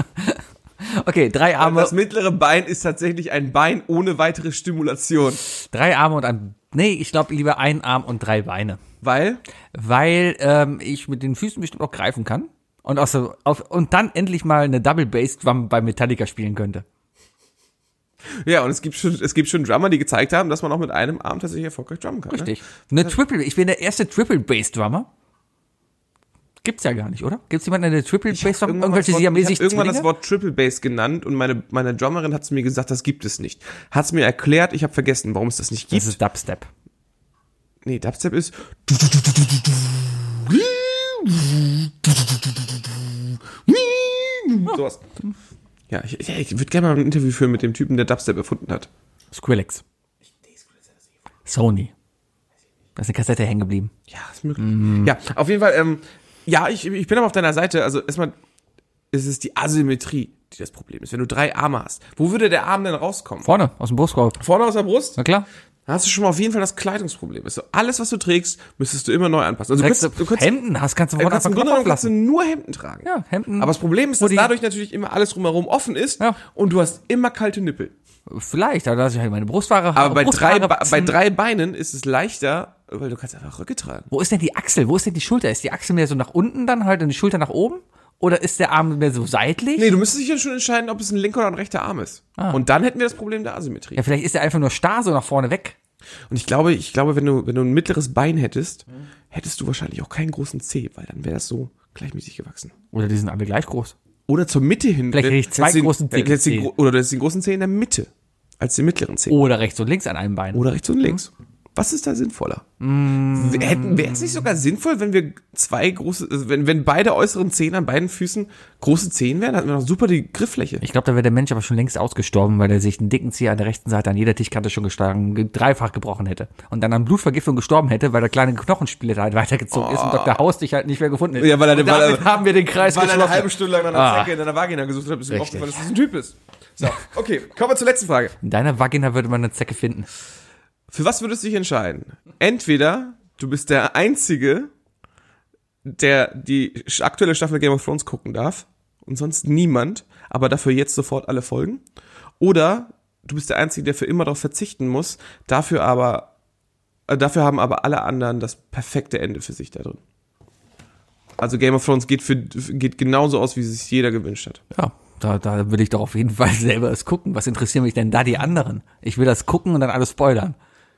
Okay, drei Arme, Das mittlere Bein ist tatsächlich ein Bein ohne weitere Stimulation, drei Arme und ein, nee, ich glaube lieber ein Arm und drei Beine. weil Weil ähm, ich mit den Füßen bestimmt auch greifen kann. Und, auch so auf, und dann endlich mal eine Double Bass Drum bei Metallica spielen könnte. ja und es gibt schon es gibt schon Drummer, die gezeigt haben, dass man auch mit einem Arm Ne? tatsächlich erfolgreich drummen kann. Ne? Richtig. Eine Triple, ich bin der erste Triple Bass Drummer. Gibt's ja gar nicht, oder? Gibt's jemanden, der Triple Bass noch Irgendwann, irgendwelche das, Wort, ich siamesischen hab irgendwann das Zwillinge? Wort Triple Bass genannt und meine, meine Drummerin hat es mir gesagt, das gibt es nicht. Hat es mir erklärt, ich habe vergessen, warum es das nicht gibt. Das ist Dubstep. nee, Dubstep ist. Sowas. Ja, ich, ja, ich würde gerne mal ein Interview führen mit dem Typen, der Dubstep erfunden hat. Skrillex. Sony. Da ist eine Kassette hängen geblieben. Ja, ist möglich. Mhm. Ja, auf jeden Fall, ähm, ja, ich, ich bin aber auf deiner Seite. Also erstmal ist es die Asymmetrie, die das Problem ist. Wenn du drei Arme hast, wo würde der Arm denn rauskommen? Vorne, aus dem Brustkorb. Vorne aus der Brust? Na klar. Da hast du schon mal auf jeden Fall das Kleidungsproblem. Also alles, was du trägst, müsstest du immer neu anpassen. Also du Trägst kannst, du du kannst, Hemden hast, kannst du du von kannst im Anfang Grunde an genommen kannst du ablassen. nur Hemden tragen. Ja, Hemden. Aber das Problem ist, Wo dass die- dadurch natürlich immer alles drumherum offen ist Ja. und du hast immer kalte Nippel. Vielleicht, aber da lasse ich halt meine Brustware Aber bei drei, Brusthaare Ba- bei wachsen. drei Beinen ist es leichter, weil du kannst einfach Röcke tragen. Wo ist denn die Achsel? Wo ist denn die Schulter? Ist die Achsel mehr so nach unten dann halt und die Schulter nach oben? Oder ist der Arm mehr so seitlich? Nee, du müsstest dich ja schon entscheiden, ob es ein linker oder ein rechter Arm ist. Und dann hätten wir das Problem der Asymmetrie. Ah. Ja, vielleicht ist er einfach nur starr so nach vorne weg. Und ich glaube, ich glaube, wenn du, wenn du ein mittleres Bein hättest, hättest du wahrscheinlich auch keinen großen C, weil dann wäre das so gleichmäßig gewachsen. Oder die sind alle gleich groß. Oder zur Mitte hin. Vielleicht wenn- krieg ich zwei hättest du den- großen, dicken hättest du den Zehen. gro- Oder du hättest den großen C in der Mitte als den mittleren C. Oder rechts und links an einem Bein. Oder rechts und links. Was ist da sinnvoller? Mm. W- Hätten Wäre es nicht sogar sinnvoll, wenn wir zwei große, also wenn, wenn beide äußeren Zehen an beiden Füßen große Zehen wären, dann hatten wir noch super die Grifffläche. Ich glaube, da wäre der Mensch aber schon längst ausgestorben, weil er sich einen dicken Zeh an der rechten Seite an jeder Tischkante schon geschlagen, ge- dreifach gebrochen hätte. Und dann an Blutvergiftung gestorben hätte, weil der kleine Knochenspieler da halt weitergezogen ist und Dr. Haus dich halt nicht mehr gefunden hätte. Oh. Ja, weil er- und weil er- damit haben wir den Kreis weil er geschlossen. eine halbe Stunde lang nach einer Ah. Zecke in deiner Vagina gesucht hat, bis ihm Richtig. aufgefallen ist, dass das ein Typ ist. So, okay, kommen wir zur letzten Frage. In deiner Vagina würde man eine Zecke finden. Für was würdest du dich entscheiden? Entweder du bist der Einzige, der die sch- aktuelle Staffel Game of Thrones gucken darf und sonst niemand, aber dafür jetzt sofort alle Folgen. Oder du bist der Einzige, der für immer darauf verzichten muss, dafür aber äh, dafür haben aber alle anderen das perfekte Ende für sich da drin. Also Game of Thrones geht, für, geht genauso aus, wie es sich jeder gewünscht hat. Ja, da, da würde ich doch auf jeden Fall selber es gucken. Was interessieren mich denn da die anderen? Ich will das gucken und dann alles spoilern.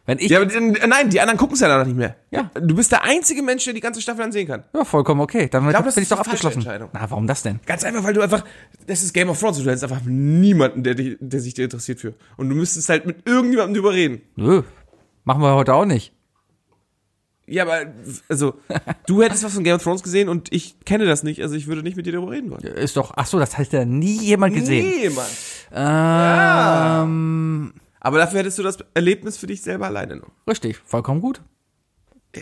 Wenn ich, Ja, ja, aber die, äh, nein, die anderen gucken es ja danach nicht mehr. Ja. Du bist der einzige Mensch, der die ganze Staffel ansehen kann. vollkommen okay. Dann glaub, das bin ich ist doch die falsche abgeschlossen. Entscheidung. Na, warum das denn? Ganz einfach, weil du einfach, das ist Game of Thrones und du hättest einfach niemanden, der, dich, der sich dir interessiert für. Und du müsstest halt mit irgendjemandem drüber reden. Nö, machen wir heute auch nicht. Ja, aber, also, du hättest was von Game of Thrones gesehen und ich kenne das nicht, also ich würde nicht mit dir darüber reden wollen. Ist doch, ach so, das heißt ja nie jemand Äh, gesehen. Niemand. Ähm, Aber dafür hättest du das Erlebnis für dich selber alleine noch. Richtig, vollkommen gut.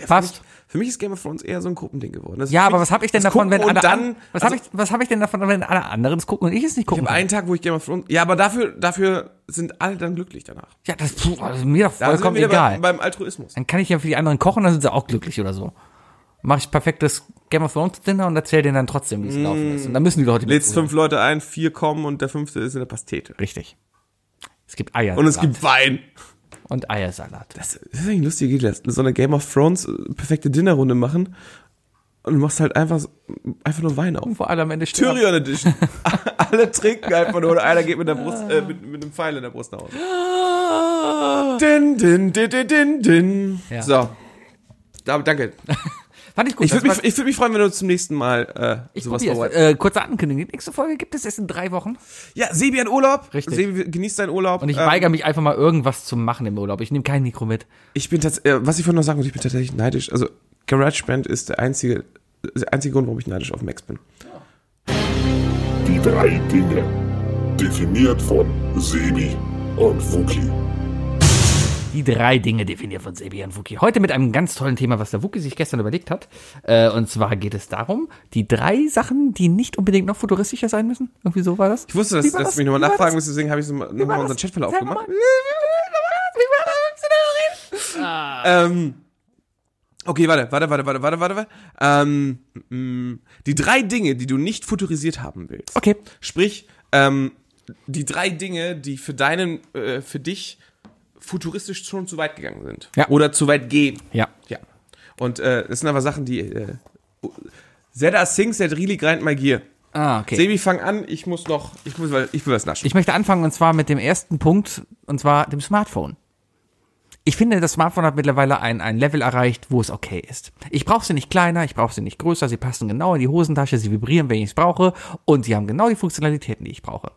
Passt. Für mich ist Game of Thrones eher so ein Gruppending geworden. Das ist Ja, für aber mich was habe ich denn das davon, wenn Gucken alle und dann, an, was also, habe ich, was habe ich denn davon, wenn alle anderen es gucken und ich es nicht gucken ich hab kann? einen Tag, wo ich Game of Thrones, ja, aber dafür, dafür sind alle dann glücklich danach. Ja, das, pff, das ist mir doch Da vollkommen sind wir wieder egal. Beim, beim Altruismus. Dann kann ich ja für die anderen kochen, dann sind sie auch glücklich oder so. Mache ich perfektes Game of Thrones Dinner und erzähl denen dann trotzdem, Mm. wie es gelaufen ist. Und dann müssen die Leute Lädst mitzuhören. fünf Leute ein, vier kommen und der fünfte ist in der Pastete. Richtig. Es gibt Eier Und es gibt Wein. und Eiersalat. Das ist eigentlich eine lustige Idee, lass so eine Game of Thrones äh, perfekte Dinnerrunde machen und du machst halt einfach, so- einfach nur Wein auf. Und vor allem am Ende stirbt- Tyrion Edition. Alle trinken einfach nur und einer geht mit der Brust, äh, mit, mit einem Pfeil in der Brust nach Hause. Din, din, din, din, din, din. Ja. So. Da, danke. Fand ich gut. Ich das würde mich, war- ich würd mich freuen, wenn du zum nächsten Mal äh, ich sowas probiere es. vorbereitest. Äh, kurze Ankündigung. Die nächste Folge gibt es erst in drei Wochen. Ja, Sebi hat Urlaub. Richtig. Sebi genießt seinen Urlaub. Und ich Ähm, weigere mich einfach mal irgendwas zu machen im Urlaub. Ich nehme kein Mikro mit. Ich bin tatsächlich, äh, was ich vorhin noch sagen wollte, ich bin tatsächlich neidisch. Also GarageBand ist der einzige, der einzige Grund, warum ich neidisch auf Max bin. Die drei Dinge. Definiert von Sebi und Fuki. Die drei Dinge definiert von Sebi und Wookie. Heute mit einem ganz tollen Thema, was der Wookie sich gestern überlegt hat. Äh, und zwar geht es darum, die drei Sachen, die nicht unbedingt noch futuristischer sein müssen. Irgendwie so war das. Ich wusste, dass, Wie war dass das? du mich nochmal Wie war nachfragen das? musst, deswegen habe ich so mal- Wie war nochmal unseren das? Chatverlauf Sag gemacht. mal. Wie war das? Wie war das? Wie war das? Wie war das? Wie war das? Wie war das? Wie war das? Ähm, okay, warte, warte, warte, warte, warte, warte. warte. Ähm, mm, die drei Dinge, die du nicht futurisiert haben willst. Okay. Sprich, ähm, die drei Dinge, die für deinen, äh, für dich futuristisch schon zu weit gegangen sind. Ja. Oder zu weit gehen. Ja. Ja. Und äh, es sind aber Sachen, die. Äh, Zedda Sings, Zed Rili grind mal Gier. Ah, okay. Sebi, fang an, ich muss noch. Ich muss, weil ich will was naschen. Ich möchte anfangen und zwar mit dem ersten Punkt und zwar dem Smartphone. ich finde, das Smartphone hat mittlerweile ein, ein Level erreicht, wo es okay ist. Ich brauche sie nicht kleiner, ich brauche sie nicht größer, sie passen genau in die Hosentasche, sie vibrieren, wenn ich es brauche und sie haben genau die Funktionalitäten, die ich brauche.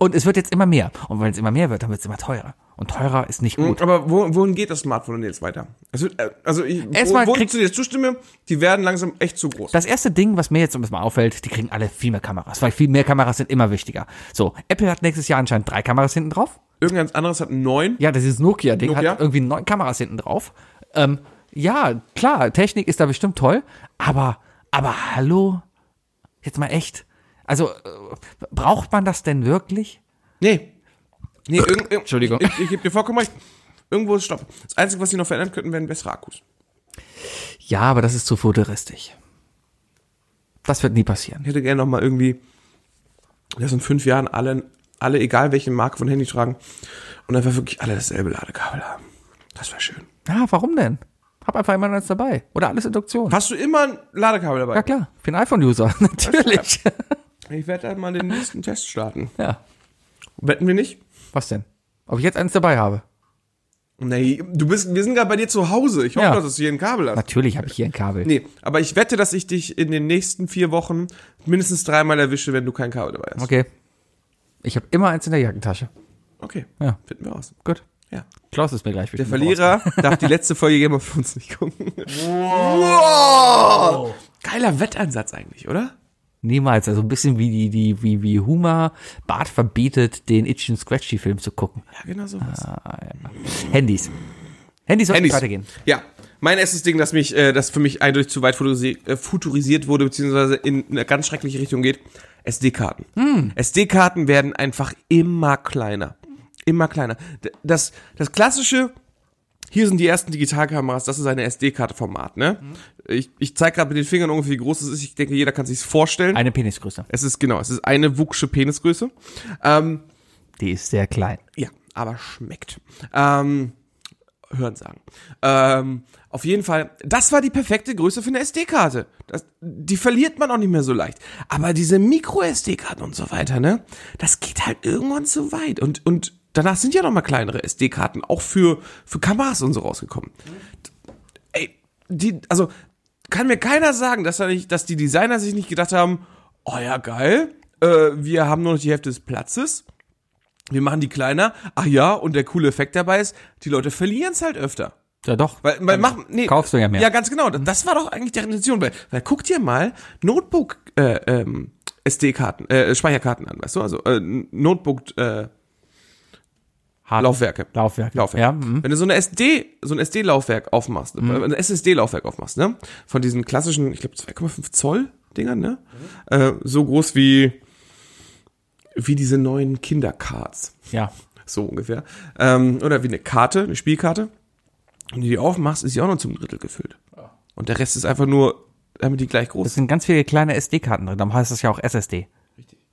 Und es wird jetzt immer mehr. Und wenn es immer mehr wird, dann wird es immer teurer. Und teurer ist nicht gut. Aber wo, wohin geht das Smartphone denn jetzt weiter? Es wird, äh, also ich, Erstmal wo, wo ich kriegst- dir jetzt zustimme, die werden langsam echt zu groß. Das erste Ding, was mir jetzt ein bisschen mal auffällt, die kriegen alle viel mehr Kameras, weil viel mehr Kameras sind immer wichtiger. So, Apple hat nächstes Jahr anscheinend drei Kameras hinten drauf. Irgendwas anderes hat neun. Ja, das ist Nokia-Ding, Nokia? hat irgendwie neun Kameras hinten drauf. Ähm, ja, klar, Technik ist da bestimmt toll, aber, aber hallo? Jetzt mal echt. Also, äh, braucht man das denn wirklich? Nee. Nee, irgend, irgend, Entschuldigung. Ich, ich gebe dir vollkommen recht. Irgendwo ist Stopp. Das Einzige, was sie noch verändern könnten, wären bessere Akkus. Ja, aber das ist zu futuristisch. Das wird nie passieren. Ich hätte gerne nochmal irgendwie, dass in fünf Jahren alle, alle, egal welche Marke von Handy tragen, und einfach wirklich alle dasselbe Ladekabel haben. Das wäre schön. Ah, warum denn? Hab einfach immer eins dabei. Oder alles Induktion. Hast du immer ein Ladekabel dabei? Ja klar, ich bin iPhone-User, natürlich. Ich werde dann mal den nächsten Test starten. Ja, Wetten wir nicht? was denn? Ob ich jetzt eins dabei habe? Nee, du bist, wir sind gerade bei dir zu Hause. Ich hoffe Ja. doch, dass du hier ein Kabel hast. Natürlich habe ich hier ein Kabel. Nee, aber ich wette, dass ich dich in den nächsten vier Wochen mindestens dreimal erwische, wenn du kein Kabel dabei hast. Okay. Ich habe immer eins in der Jackentasche. Okay. Ja. Finden wir aus. Gut. Ja. Klaus ist mir gleich Der Verlierer darf die letzte Folge Game of Thrones nicht gucken. Wow. Geiler Wettansatz eigentlich, oder? Niemals. Also ein bisschen wie die, die, wie, wie Huma Bart verbietet, den Itchy and Scratchy Film zu gucken. Ah, Ja, genau sowas. Handys. Handys sollten Handys. weitergehen. Ja. Mein erstes Ding, das mich, äh, das für mich eindeutig zu weit futurisi- äh, futurisiert wurde, beziehungsweise in eine ganz schreckliche Richtung geht, SD-Karten. SD-Karten werden einfach immer kleiner. Immer kleiner. D- Das, das klassische, hier sind die ersten Digitalkameras, das ist eine SD-Karte-Format, ne? Ich, ich zeige gerade mit den Fingern ungefähr, wie groß es ist. Ich denke, jeder kann sich's vorstellen. Eine Penisgröße. Es ist genau, es ist eine wuchsche Penisgröße. Ähm, Die ist sehr klein. ja, aber schmeckt. Ähm, hören sagen. Ähm, auf jeden Fall, das war die perfekte Größe für eine SD-Karte. Das- Die verliert man auch nicht mehr so leicht. Aber diese Micro-SD-Karten und so weiter, ne? Das geht halt irgendwann zu weit. Und, und danach sind ja nochmal kleinere SD-Karten, auch für, für Kameras und so rausgekommen. Ey, die, also, kann mir keiner sagen, dass, da nicht, dass die Designer sich nicht gedacht haben, oh ja, geil, äh, wir haben nur noch die Hälfte des Platzes. Wir machen die kleiner. Ach ja, und der coole Effekt dabei ist, die Leute verlieren es halt öfter. Ja doch. Weil, weil mach, nee, kaufst du ja mehr. Mhm. Ja, ganz genau. Das war doch eigentlich deren Intention. Weil, weil guck dir mal Notebook äh, ähm, SD-Karten, äh, Speicherkarten an, weißt du? Also äh, Notebook äh, Hard- Laufwerke. Laufwerke. Laufwerke. Ja, mhm. Wenn du so eine SD, so ein SD-Laufwerk aufmachst, äh, ein SSD-Laufwerk aufmachst, ne? Von diesen klassischen, ich glaube 2,5 Zoll Dingern, ne? Mhm. Äh, so groß wie wie diese neuen Kindercards. Ja. So ungefähr. Ähm, oder wie eine Karte, eine Spielkarte. Wenn du die aufmachst, ist sie auch nur zum Drittel gefüllt. Und der Rest ist einfach nur, damit die gleich groß Es sind ganz viele kleine SD-Karten drin. Dann heißt das ja auch SSD.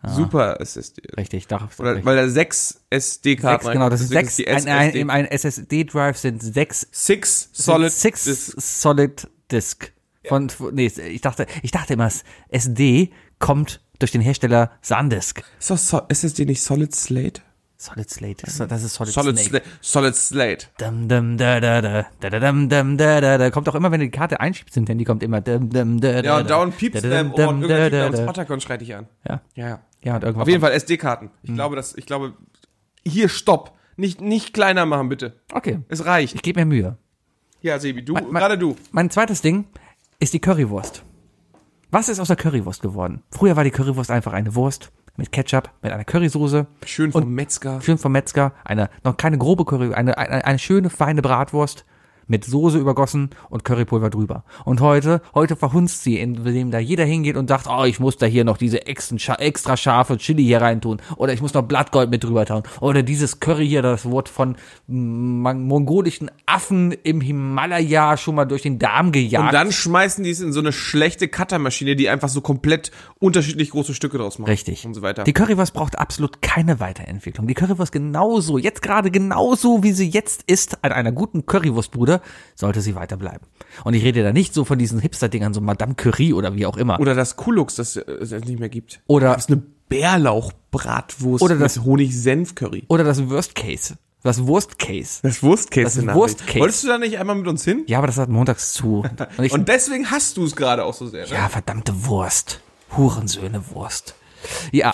Super SSD. Richtig. Da hast du Oder, recht. weil da sechs SD-Karten sechs, genau, das sind deswegen sechs. die Ein, ein, SSD. in einem SSD-Drive sind sechs six Solid Six Disk. Solid Disk. Von, nee, ich dachte, ich dachte immer, das SD kommt durch den Hersteller SanDisk. Ist doch so, SSD nicht Solid Slate? Solid Slate. Das, ist- das ist Solid, Solid Snake. Slate. Solid Slate. Dum, dum, da, da, da, da, da, dum, dum, da, da, da. Kommt auch immer, wenn du die Karte einschiebst im Handy, kommt immer dum, dum, da, da, Ja, und da, down pieps da, da, them dum, und dum, da, irgendwer da, piept uns da. Pattercon schreit dich an. Ja. Ja, ja. Ja, und irgendwann. Auf jeden Fall SD-Karten. Ich Mhm. glaube, das, ich glaube, hier stopp. Nicht, nicht kleiner machen, bitte. Okay. Es reicht. Ich gebe mir Mühe. Ja, Sebi, du, Mein- mein- gerade du. Mein zweites Ding ist die Currywurst. Was ist aus der Currywurst geworden? Früher war die Currywurst einfach eine Wurst mit Ketchup, mit einer Currysoße. Schön vom Metzger. schön vom Metzger, eine, noch keine grobe Curry, eine, eine, eine schöne, feine Bratwurst mit Soße übergossen und Currypulver drüber. Und heute, heute verhunzt sie, indem da jeder hingeht und sagt, oh, ich muss da hier noch diese extra, scha- extra scharfe Chili hier reintun oder ich muss noch Blattgold mit drüber tun oder dieses Curry hier, das wurde von man- mongolischen Affen im Himalaya schon mal durch den Darm gejagt. Und dann schmeißen die es in so eine schlechte Cuttermaschine, die einfach so komplett unterschiedlich große Stücke draus macht. Richtig. Und so weiter. Die Currywurst braucht absolut keine Weiterentwicklung. Die Currywurst genauso, jetzt gerade genauso, wie sie jetzt ist, an einer guten Currywurstbude, sollte sie weiterbleiben. Und ich rede da nicht so von diesen Hipster-Dingern, so Madame Curie oder wie auch immer. oder das Kulux, das äh, es jetzt nicht mehr gibt. Oder- das ist eine Bärlauchbratwurst Oder das- mit Honig-Senf-Curry. Oder das Worst Case. Das Wurstcase. Das Wurstkäse. Das Wurstcase. Wolltest du da nicht einmal mit uns hin? Ja, aber das hat montags zu. Und, ich, Und deswegen hast du es gerade auch so sehr. ne? ja, verdammte Wurst. Hurensöhne Wurst. Ja.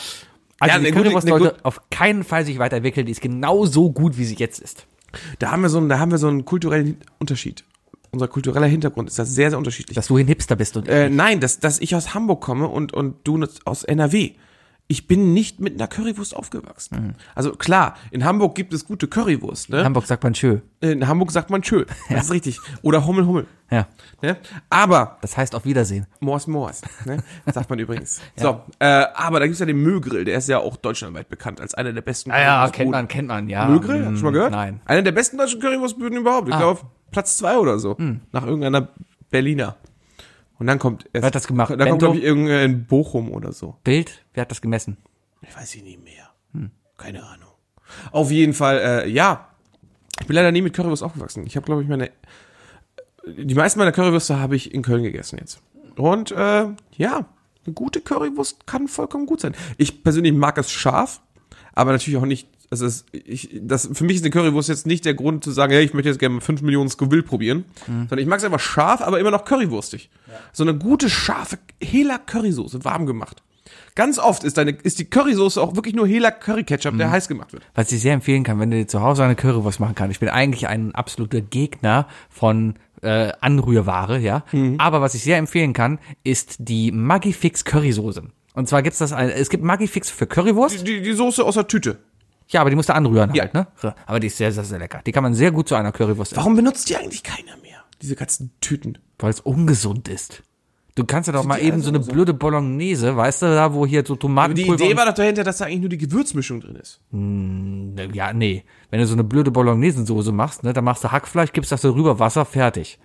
Also Ja, die ne, Currywurst gut, ne, sollte auf keinen Fall sich weiterentwickeln. Die ist genauso gut, wie sie jetzt ist. Da haben wir so einen, da haben wir so einen kulturellen Unterschied. Unser kultureller Hintergrund ist da sehr, sehr unterschiedlich. Dass du ein Hipster bist und äh, nein, dass, dass ich aus Hamburg komme und, und du aus NRW. Ich bin nicht mit einer Currywurst aufgewachsen. Also klar, in Hamburg gibt es gute Currywurst. Ne? in Mhm. Hamburg sagt man schön. in Hamburg sagt man schön. Das ist richtig. Oder Hummel, Hummel. Ja. Ne? Aber Das heißt auf Wiedersehen. Morse Morse, ne? sagt man übrigens. So, äh, aber da gibt's ja den Mögrill, der ist ja auch deutschlandweit bekannt als einer der besten Currywurstbuden. Ah kennt man, ja. Hm, Mögrill, hast du schon mal gehört? Ähm, Nein. Ah. Einer der besten deutschen Currywurstbuden überhaupt. Ich glaube, Platz zwei oder so. Hm. Nach irgendeiner Berliner. Und dann kommt erst, Wer hat das gemacht? Dann kommt, Bento? glaube ich, irgendein in Bochum oder so. Bild, wer hat das gemessen? Ich weiß ich nicht mehr. Hm. Keine Ahnung. Auf jeden Fall, äh, ja. Ich bin leider nie mit Currywurst aufgewachsen. Ich habe, glaube ich, meine. Die meisten meiner Currywürste habe ich in Köln gegessen jetzt. Und äh, ja, eine gute Currywurst kann vollkommen gut sein. Ich persönlich mag es scharf, aber natürlich auch nicht. Also es, ich, das, für mich ist eine Currywurst jetzt nicht der Grund zu sagen, hey, ich möchte jetzt gerne mal 5 Millionen Scoville probieren, sondern ich mag es einfach scharf, aber immer noch currywurstig. So eine gute, scharfe Hela Currysoße, warm gemacht. Ganz oft ist, deine, ist die Currysoße auch wirklich nur Hela Curry Ketchup, der heiß gemacht wird. Was ich sehr empfehlen kann, wenn du dir zu Hause eine Currywurst machen kannst. Ich bin eigentlich ein absoluter Gegner von äh, Anrührware, ja. Mhm. Aber was ich sehr empfehlen kann, ist die Magifix Currysoße. Und zwar gibt's das, eine, es gibt Magifix für Currywurst. Die, die Soße aus der Tüte. Ja, aber die musst du anrühren Ja. halt, ne? Aber die ist sehr, sehr, sehr lecker. Die kann man sehr gut zu einer Currywurst essen, Warum benutzt die eigentlich keiner mehr? Diese ganzen Tüten. weil es ungesund ist. Du kannst ja doch mal die eben also so eine so- blöde Bolognese, weißt du, da wo hier so Aber die Tomatenpulver Idee und- war doch dahinter, dass da eigentlich nur die Gewürzmischung drin ist. Ne, ja, nee. Wenn du so eine blöde Bolognesensoße machst, ne, dann machst du Hackfleisch, gibst das so rüber, Wasser, fertig.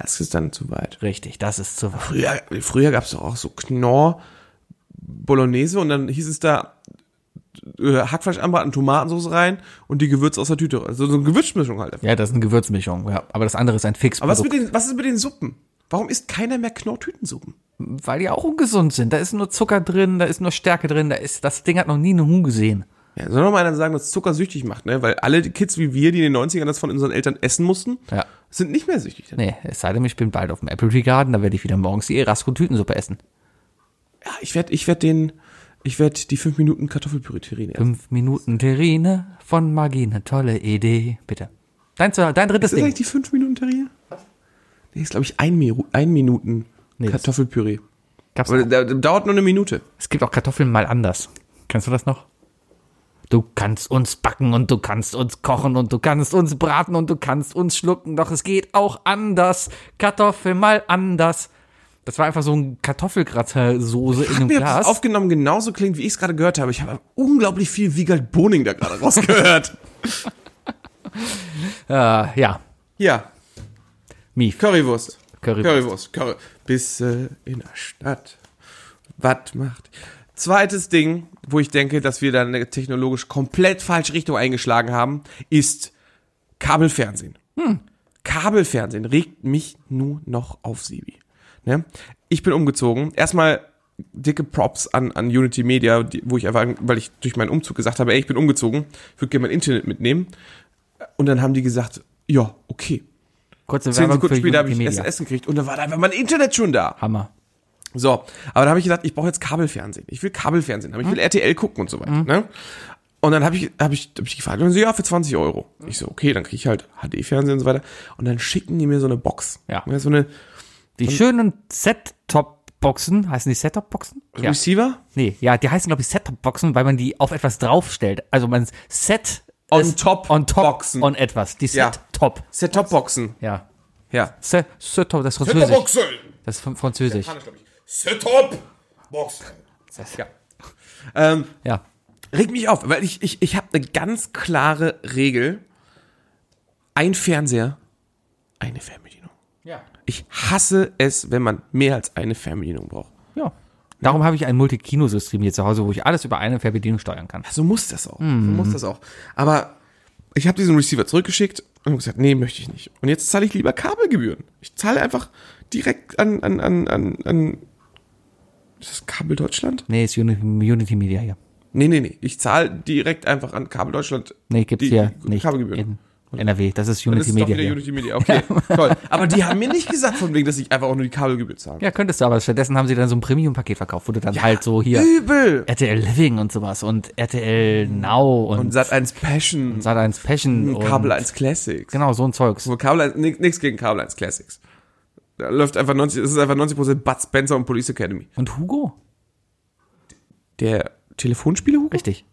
Das ist dann zu weit. Richtig, das ist zu weit. Früher, früher gab es doch auch so Knorr Bolognese und dann hieß es da äh, Hackfleisch anbraten, Tomatensauce rein und die Gewürze aus der Tüte. rein. Also so eine Gewürzmischung halt. Ja, das ist eine Gewürzmischung, ja. Aber das andere ist ein Aber was, Fixprodukt. mit den, was ist mit den Suppen? Warum isst keiner mehr Knorr-Tütensuppen? Weil die auch ungesund sind. Da ist nur Zucker drin, da ist nur Stärke drin, da ist, das Ding hat noch nie einen Huhn gesehen. Ja, soll noch mal einer sagen, dass Zucker süchtig macht, ne? Weil alle die Kids wie wir, die in den 90ern das von unseren Eltern essen mussten, Ja. sind nicht mehr süchtig. Nee, es sei denn, ich bin bald auf dem Apple Tree Garden, da werde ich wieder morgens die Erasco-Tütensuppe essen. Ja, ich werde ich werd den, ich werde die 5 Minuten Kartoffelpüree terrine essen. Fünf Minuten Terrine von Magie, eine tolle Idee. Bitte. Dein, zwe- dein drittes Ist das Ding. eigentlich die 5 Minuten Terrine? Nee, ist glaube ich ein, Miru ein Minuten Nee, das- Kartoffelpüree. Gab's Aber da, da dauert nur eine Minute. Es gibt auch Kartoffeln mal anders. Kannst du das noch? Du kannst uns backen und du kannst uns kochen und du kannst uns braten und du kannst uns schlucken, doch es geht auch anders. Kartoffel mal anders. Das war einfach so ein Kartoffelgratter-Soße in einem Mir hat Glas. das aufgenommen genauso klingt, wie ich es gerade gehört habe. Ich habe unglaublich viel Wiegald Boning da gerade rausgehört. Äh, ja, ja, Mief. Currywurst. Currywurst. Currywurst. Curry. Bisse in der Stadt. Was macht? Zweites Ding, wo ich denke, dass wir da eine technologisch komplett falsche Richtung eingeschlagen haben, ist Kabelfernsehen. Kabelfernsehen regt mich nur noch auf, Sibi. Ne? Ich bin umgezogen. Erstmal dicke Props an, an Unity Media, die, wo ich einfach, weil ich durch meinen Umzug gesagt habe, ey, ich bin umgezogen, ich würde gerne mein Internet mitnehmen. Und dann haben die gesagt, ja, okay. Kurze Zehn Werbung Sekunden für später habe ich Unity Media. SMS gekriegt und da war da einfach mein Internet schon da. Hammer. So, aber da habe ich gedacht, ich brauche jetzt Kabelfernsehen. Ich will Kabelfernsehen haben, ich will RTL gucken und so weiter. Ne? Und dann habe ich, hab ich, hab ich gefragt und sie, ja, für 20 Euro. Ich so, okay, dann kriege ich halt HD-Fernsehen und so weiter. Und dann schicken die mir so eine Box. Ja. So eine Hm? Die schönen Set-Top-Boxen, heißen die Set-Top-Boxen? Ja. Receiver Nee, ja, die heißen, glaube ich, Set-Top-Boxen, weil man die auf etwas draufstellt. Also man Set On ist top on top Boxen. on etwas. Die Ja. Set-Top. Set-Top-Boxen. Ja. Ja. Set, Set-Top, das ist Französisch. Boxen! Das ist fr- Französisch. Set-Top! Boxen! ja. Ähm, Ja. regt mich auf, weil ich, ich, ich habe eine ganz klare Regel. Ein Fernseher, eine Fernbedienung. Ja. Ich hasse es, wenn man mehr als eine Fernbedienung braucht. Ja. Darum habe ich ein Multikino-System hier zu Hause, wo ich alles über eine Fernbedienung steuern kann. So muss das auch. So Mhm. muss das auch. Aber ich habe diesen Receiver zurückgeschickt und hab gesagt, nee, möchte ich nicht. Und jetzt zahle ich lieber Kabelgebühren. Ich zahle einfach direkt an, an, an, an, an ist das Kabel Deutschland? Nee, ist Unity, Unity Media hier. Nee, nee, nee. Ich zahle direkt einfach an Kabel Deutschland. Nee, gibt's die hier nicht. Kabelgebühren. In NRW, das ist Unity Das ist doch Media. wieder Unity Media. Okay, toll. Aber die haben mir nicht gesagt von wegen, dass ich einfach auch nur die Kabelgebühr zahle. Ja, könntest du, aber stattdessen haben sie dann so ein Premium-Paket verkauft, wo du dann halt so hier Übel. RTL Living und sowas und RTL Now und, Und Sat 1 Passion. Sat 1 Passion und Kabel 1 Classics. genau so ein Zeugs. So Kabel 1, nix, nix gegen Kabel 1 Classics. Da läuft einfach 90, es ist einfach 90% Bud Spencer und Police Academy. Und Hugo? Der Telefonspieler Hugo? Richtig.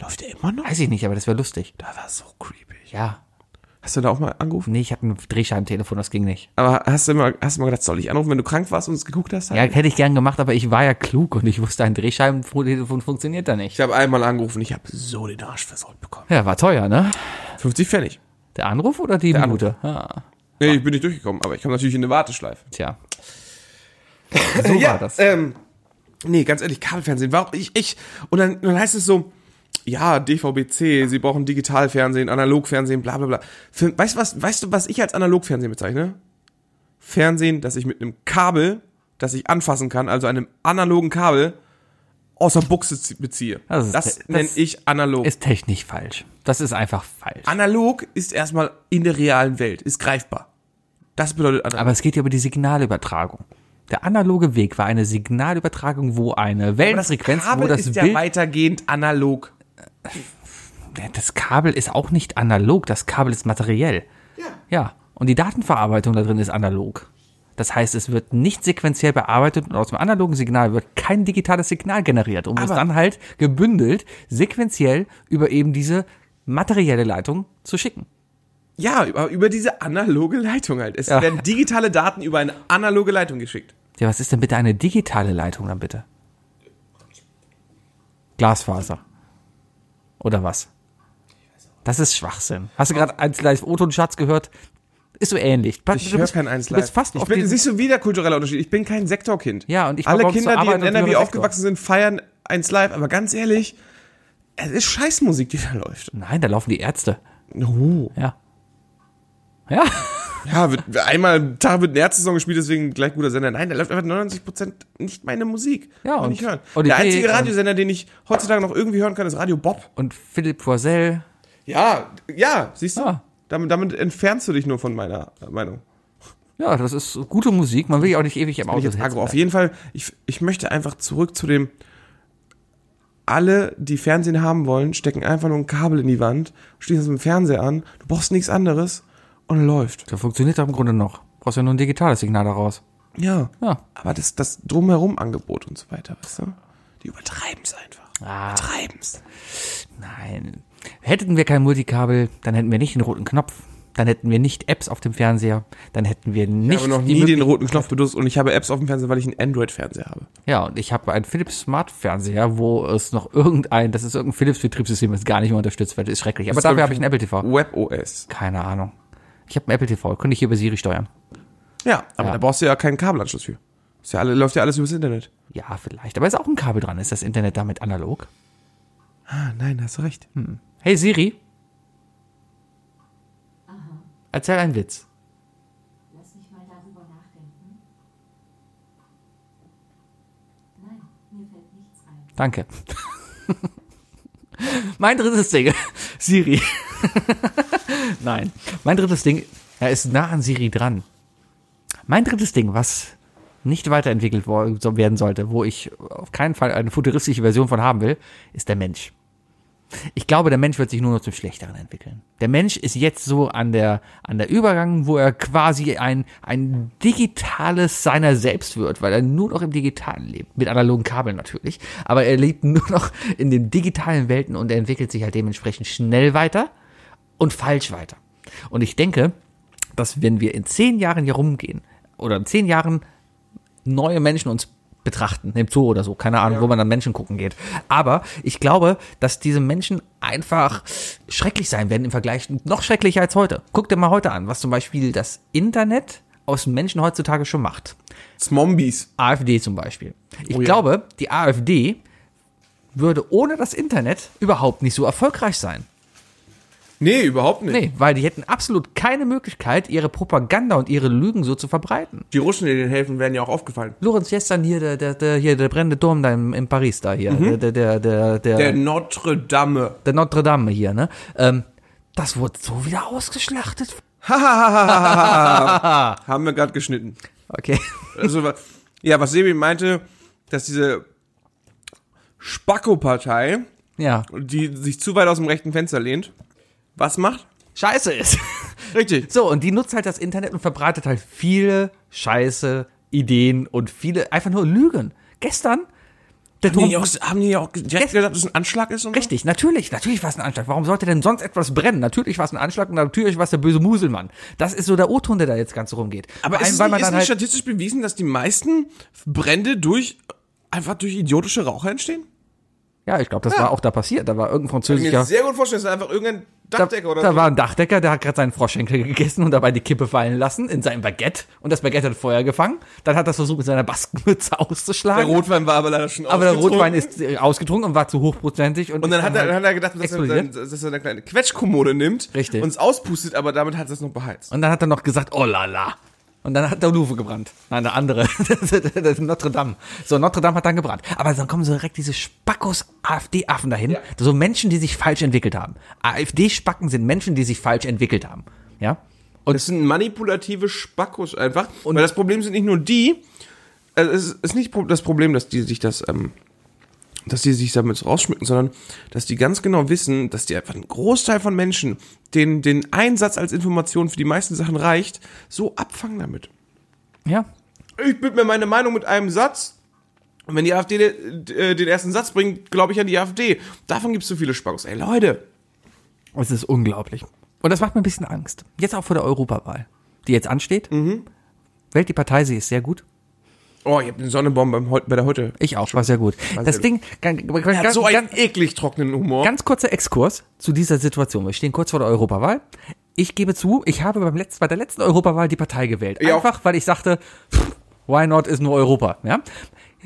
Läuft der immer noch? Weiß ich nicht, aber das wäre lustig. Da war so creepy. Ja. Hast du da auch mal angerufen? Nee, ich hatte ein Drehscheibentelefon, das ging nicht. Aber hast du immer, hast du mal gedacht, soll ich anrufen, wenn du krank warst und es geguckt hast? Ja, hätte ich gern gemacht, aber ich war ja klug und ich wusste, ein Drehscheibentelefon funktioniert da nicht. Ich habe einmal angerufen, ich habe so den Arsch versaut bekommen. Ja, war teuer, ne? 50 Pfennig. Der Anruf oder die Anruf. Minute? Ah, Nee, ich bin nicht durchgekommen, aber ich komme natürlich in eine Warteschleife. tja. So ja, war das. Ähm, nee, ganz ehrlich, Kabelfernsehen war auch ich, ich. Und dann, dann heißt es so, ja, DVB-C, sie brauchen Digitalfernsehen, Analogfernsehen, bla bla bla. Für, weißt, du was, weißt du, was ich als Analogfernsehen bezeichne? Fernsehen, das ich mit einem Kabel, das ich anfassen kann, also einem analogen Kabel, aus der Buchse zie- beziehe. Das Das, ist- das nenne ich analog. Ist technisch falsch. Das ist einfach falsch. analog ist erstmal in der realen Welt, ist greifbar. Das bedeutet analog. Aber es geht ja über die Signalübertragung. Der analoge Weg war eine Signalübertragung, wo eine Wellenfrequenz, Kabel wo das ist Bild. ja weitergehend analog. das Kabel ist auch nicht analog, das Kabel ist materiell. Ja. Ja. Und die Datenverarbeitung da drin ist analog. Das heißt, es wird nicht sequenziell bearbeitet und aus dem analogen Signal wird kein digitales Signal generiert und muss Aber- dann halt gebündelt sequenziell über eben diese materielle Leitung zu schicken. Ja, über, über diese analoge Leitung halt. Es Ja. werden digitale Daten über eine analoge Leitung geschickt. Ja, was ist denn bitte eine digitale Leitung dann bitte? Glasfaser. Oder was? Das ist Schwachsinn. Hast du gerade eins live Oton Schatz gehört? Ist so ähnlich. Pa- Ich du höre bist- kein eins Du bist fast ich auf bin, diesen- siehst du wieder kultureller Unterschied. Ich bin kein Sektorkind. Ja, und ich Alle komm morgens zur Kinder, die Arbeit und in höre NRW Sektor. aufgewachsen sind, feiern eins live. Aber ganz ehrlich, es ist Scheißmusik, die da läuft. Nein, da laufen die Ärzte. Oh. Ja. Ja. Ja, wird, einmal am Tag wird eine Ärzte-Song gespielt, deswegen gleich guter Sender. Nein, da läuft einfach 99% nicht meine Musik. Ja, Kann und- ich hören. und die Der einzige Pick und- Radiosender, den ich heutzutage noch irgendwie hören kann, ist Radio Bob. Und Philipp Poisel. Ja, ja, siehst du? Ah. Damit, damit entfernst du dich nur von meiner Meinung. Ja, das ist gute Musik. Man will ja auch nicht ewig im bin Auto ich jetzt sitzen aggro. Auf bleiben. jeden Fall, ich, ich möchte einfach zurück zu dem, alle, die Fernsehen haben wollen, stecken einfach nur ein Kabel in die Wand, schließen es mit dem Fernseher an, du brauchst nichts anderes und läuft. Das funktioniert doch im Grunde noch. Brauchst ja nur ein digitales Signal daraus. Ja. Ja. Aber das, das drumherum Angebot und so weiter, weißt du? Die übertreiben es einfach. Übertreiben es. Nein. Hätten wir kein Multikabel, dann hätten wir nicht den roten Knopf. Dann hätten wir nicht Apps auf dem Fernseher. Dann hätten wir Ich nicht habe noch die nie den Möglichkeit- roten Knopf benutzt und ich habe Apps auf dem Fernseher, weil ich einen Android-Fernseher habe. Ja, und ich habe einen Philips Smart Fernseher, wo es noch irgendein, das ist irgendein Philips Betriebssystem, das gar nicht mehr unterstützt wird. Ist schrecklich. Aber Das ist, dafür glaub habe ich einen Apple TV. WebOS. Keine Ahnung. Ich habe einen Apple TV. Könnte ich hier über Siri steuern? Ja, aber Ja. da brauchst du ja keinen Kabelanschluss für. Ist ja alle, läuft ja alles übers Internet. Ja, vielleicht. Aber ist auch ein Kabel dran. Ist das Internet damit analog? Ah, nein, hast du recht. Hey Siri. Erzähl einen Witz. Lass mich mal darüber nachdenken. Nein, mir fällt nichts ein. Danke. mein drittes Ding. Siri. Nein. Mein drittes Ding, er ist nah an Siri dran. Mein drittes Ding, was nicht weiterentwickelt wo- so werden sollte, wo ich auf keinen Fall eine futuristische Version von haben will, ist der Mensch. Ich glaube, der Mensch wird sich nur noch zum Schlechteren entwickeln. Der Mensch ist jetzt so an der, an der Übergang, wo er quasi ein, ein digitales seiner selbst wird, weil er nur noch im Digitalen lebt. Mit analogen Kabeln natürlich. Aber er lebt nur noch in den digitalen Welten und er entwickelt sich halt dementsprechend schnell weiter und falsch weiter. Und ich denke, dass wenn wir in zehn Jahren hier rumgehen oder in zehn Jahren neue Menschen uns betrachten, im Zoo oder so, keine Ahnung, wo man dann Menschen gucken geht. Aber ich glaube, dass diese Menschen einfach schrecklich sein werden im Vergleich, noch schrecklicher als heute. Guck dir mal heute an, was zum Beispiel das Internet aus Menschen heutzutage schon macht. Zombies. AfD zum Beispiel. Ich glaube, die AfD würde ohne das Internet überhaupt nicht so erfolgreich sein. Nee, überhaupt nicht. Nee, weil die hätten absolut keine Möglichkeit, ihre Propaganda und ihre Lügen so zu verbreiten. Die Russen in den Häfen wären ja auch aufgefallen. Lorenz Jestan hier, der, der, der, hier, der brennende Turm da in, in Paris da hier, der, der, der, der, Mhm. Der der, Notre Dame. der Notre Dame hier, ne? Ähm, das wurde so wieder ausgeschlachtet. Haben wir gerade geschnitten. Okay. Also, wa- ja, was Sebi meinte, dass diese Spacko-Partei, Ja. die sich zu weit aus dem rechten Fenster lehnt, was macht? Scheiße ist. Richtig. So, und die nutzt halt das Internet und verbreitet halt viele scheiße Ideen und viele einfach nur Lügen. Gestern, der Haben Turm, die, auch, haben die auch direkt gesagt, dass es ein Anschlag ist? Und so? Richtig, natürlich, natürlich war es ein Anschlag. Warum sollte denn sonst etwas brennen? Natürlich war es ein Anschlag und natürlich war es der böse Muselmann. Das ist so der Urton, der da jetzt ganz rumgeht. Aber Vor ist allem, es weil nicht, man ist dann nicht halt, statistisch bewiesen, dass die meisten Brände durch einfach durch idiotische Raucher entstehen? ja, ich glaube, das war auch da passiert. Da war irgendein französischer, sehr gut vorstellen, dass einfach irgendein da, da war ein Dachdecker, der hat gerade seinen Froschschenkel gegessen und dabei die Kippe fallen lassen in seinem Baguette und das Baguette hat Feuer gefangen. Dann hat das versucht mit seiner Baskenmütze Der auszuschlagen. Rotwein war aber leider schon aber der ausgetrunken. Rotwein ist äh, ausgetrunken und war zu hochprozentig und, Und dann ist hat er, halt- dann hat er gedacht, dass er, dann, explodiert. dass er eine kleine Quetschkommode nimmt Richtig. und es auspustet, aber damit hat er es noch beheizt. Und dann hat er noch gesagt, oh la la. Und dann hat der Louvre gebrannt. Nein, der andere. Das ist Notre Dame. So, Notre Dame hat dann gebrannt. Aber dann kommen so direkt diese Spackos AfD-Affen dahin. So Menschen, die sich falsch entwickelt haben. AfD-Spacken sind Menschen, die sich falsch entwickelt haben. Ja? Und Das sind manipulative Spackos einfach. Und Weil das Problem sind nicht nur die, also es ist- ist nicht pro- das Problem, dass die sich das, ähm, dass die sich damit rausschmücken, sondern dass die ganz genau wissen, dass die einfach einen Großteil von Menschen, den den Einsatz als Information für die meisten Sachen reicht, so abfangen damit. ja, Ich bild mir meine Meinung mit einem Satz. Und wenn die AfD äh, den ersten Satz bringt, glaube ich an die AfD. Davon gibt es so viele Spackos. Ey, Leute, es ist unglaublich. Und das macht mir ein bisschen Angst. Jetzt auch vor der Europawahl, die jetzt ansteht. Mhm. Wählt die Partei, sie ist sehr gut. Oh, ich habe eine Sonnenbaum beim, Heu- bei der heute. Ich auch, war sehr gut. Das sehr Ding, ganz, Er hat ganz, so einen ganz, eklig trockenen Humor. Ganz kurzer Exkurs zu dieser Situation. Wir stehen kurz vor der Europawahl. Ich gebe zu, ich habe beim letzten, bei der letzten Europawahl die Partei gewählt. Ja. Einfach, weil ich sagte, pff, why not ist nur Europa. Ja?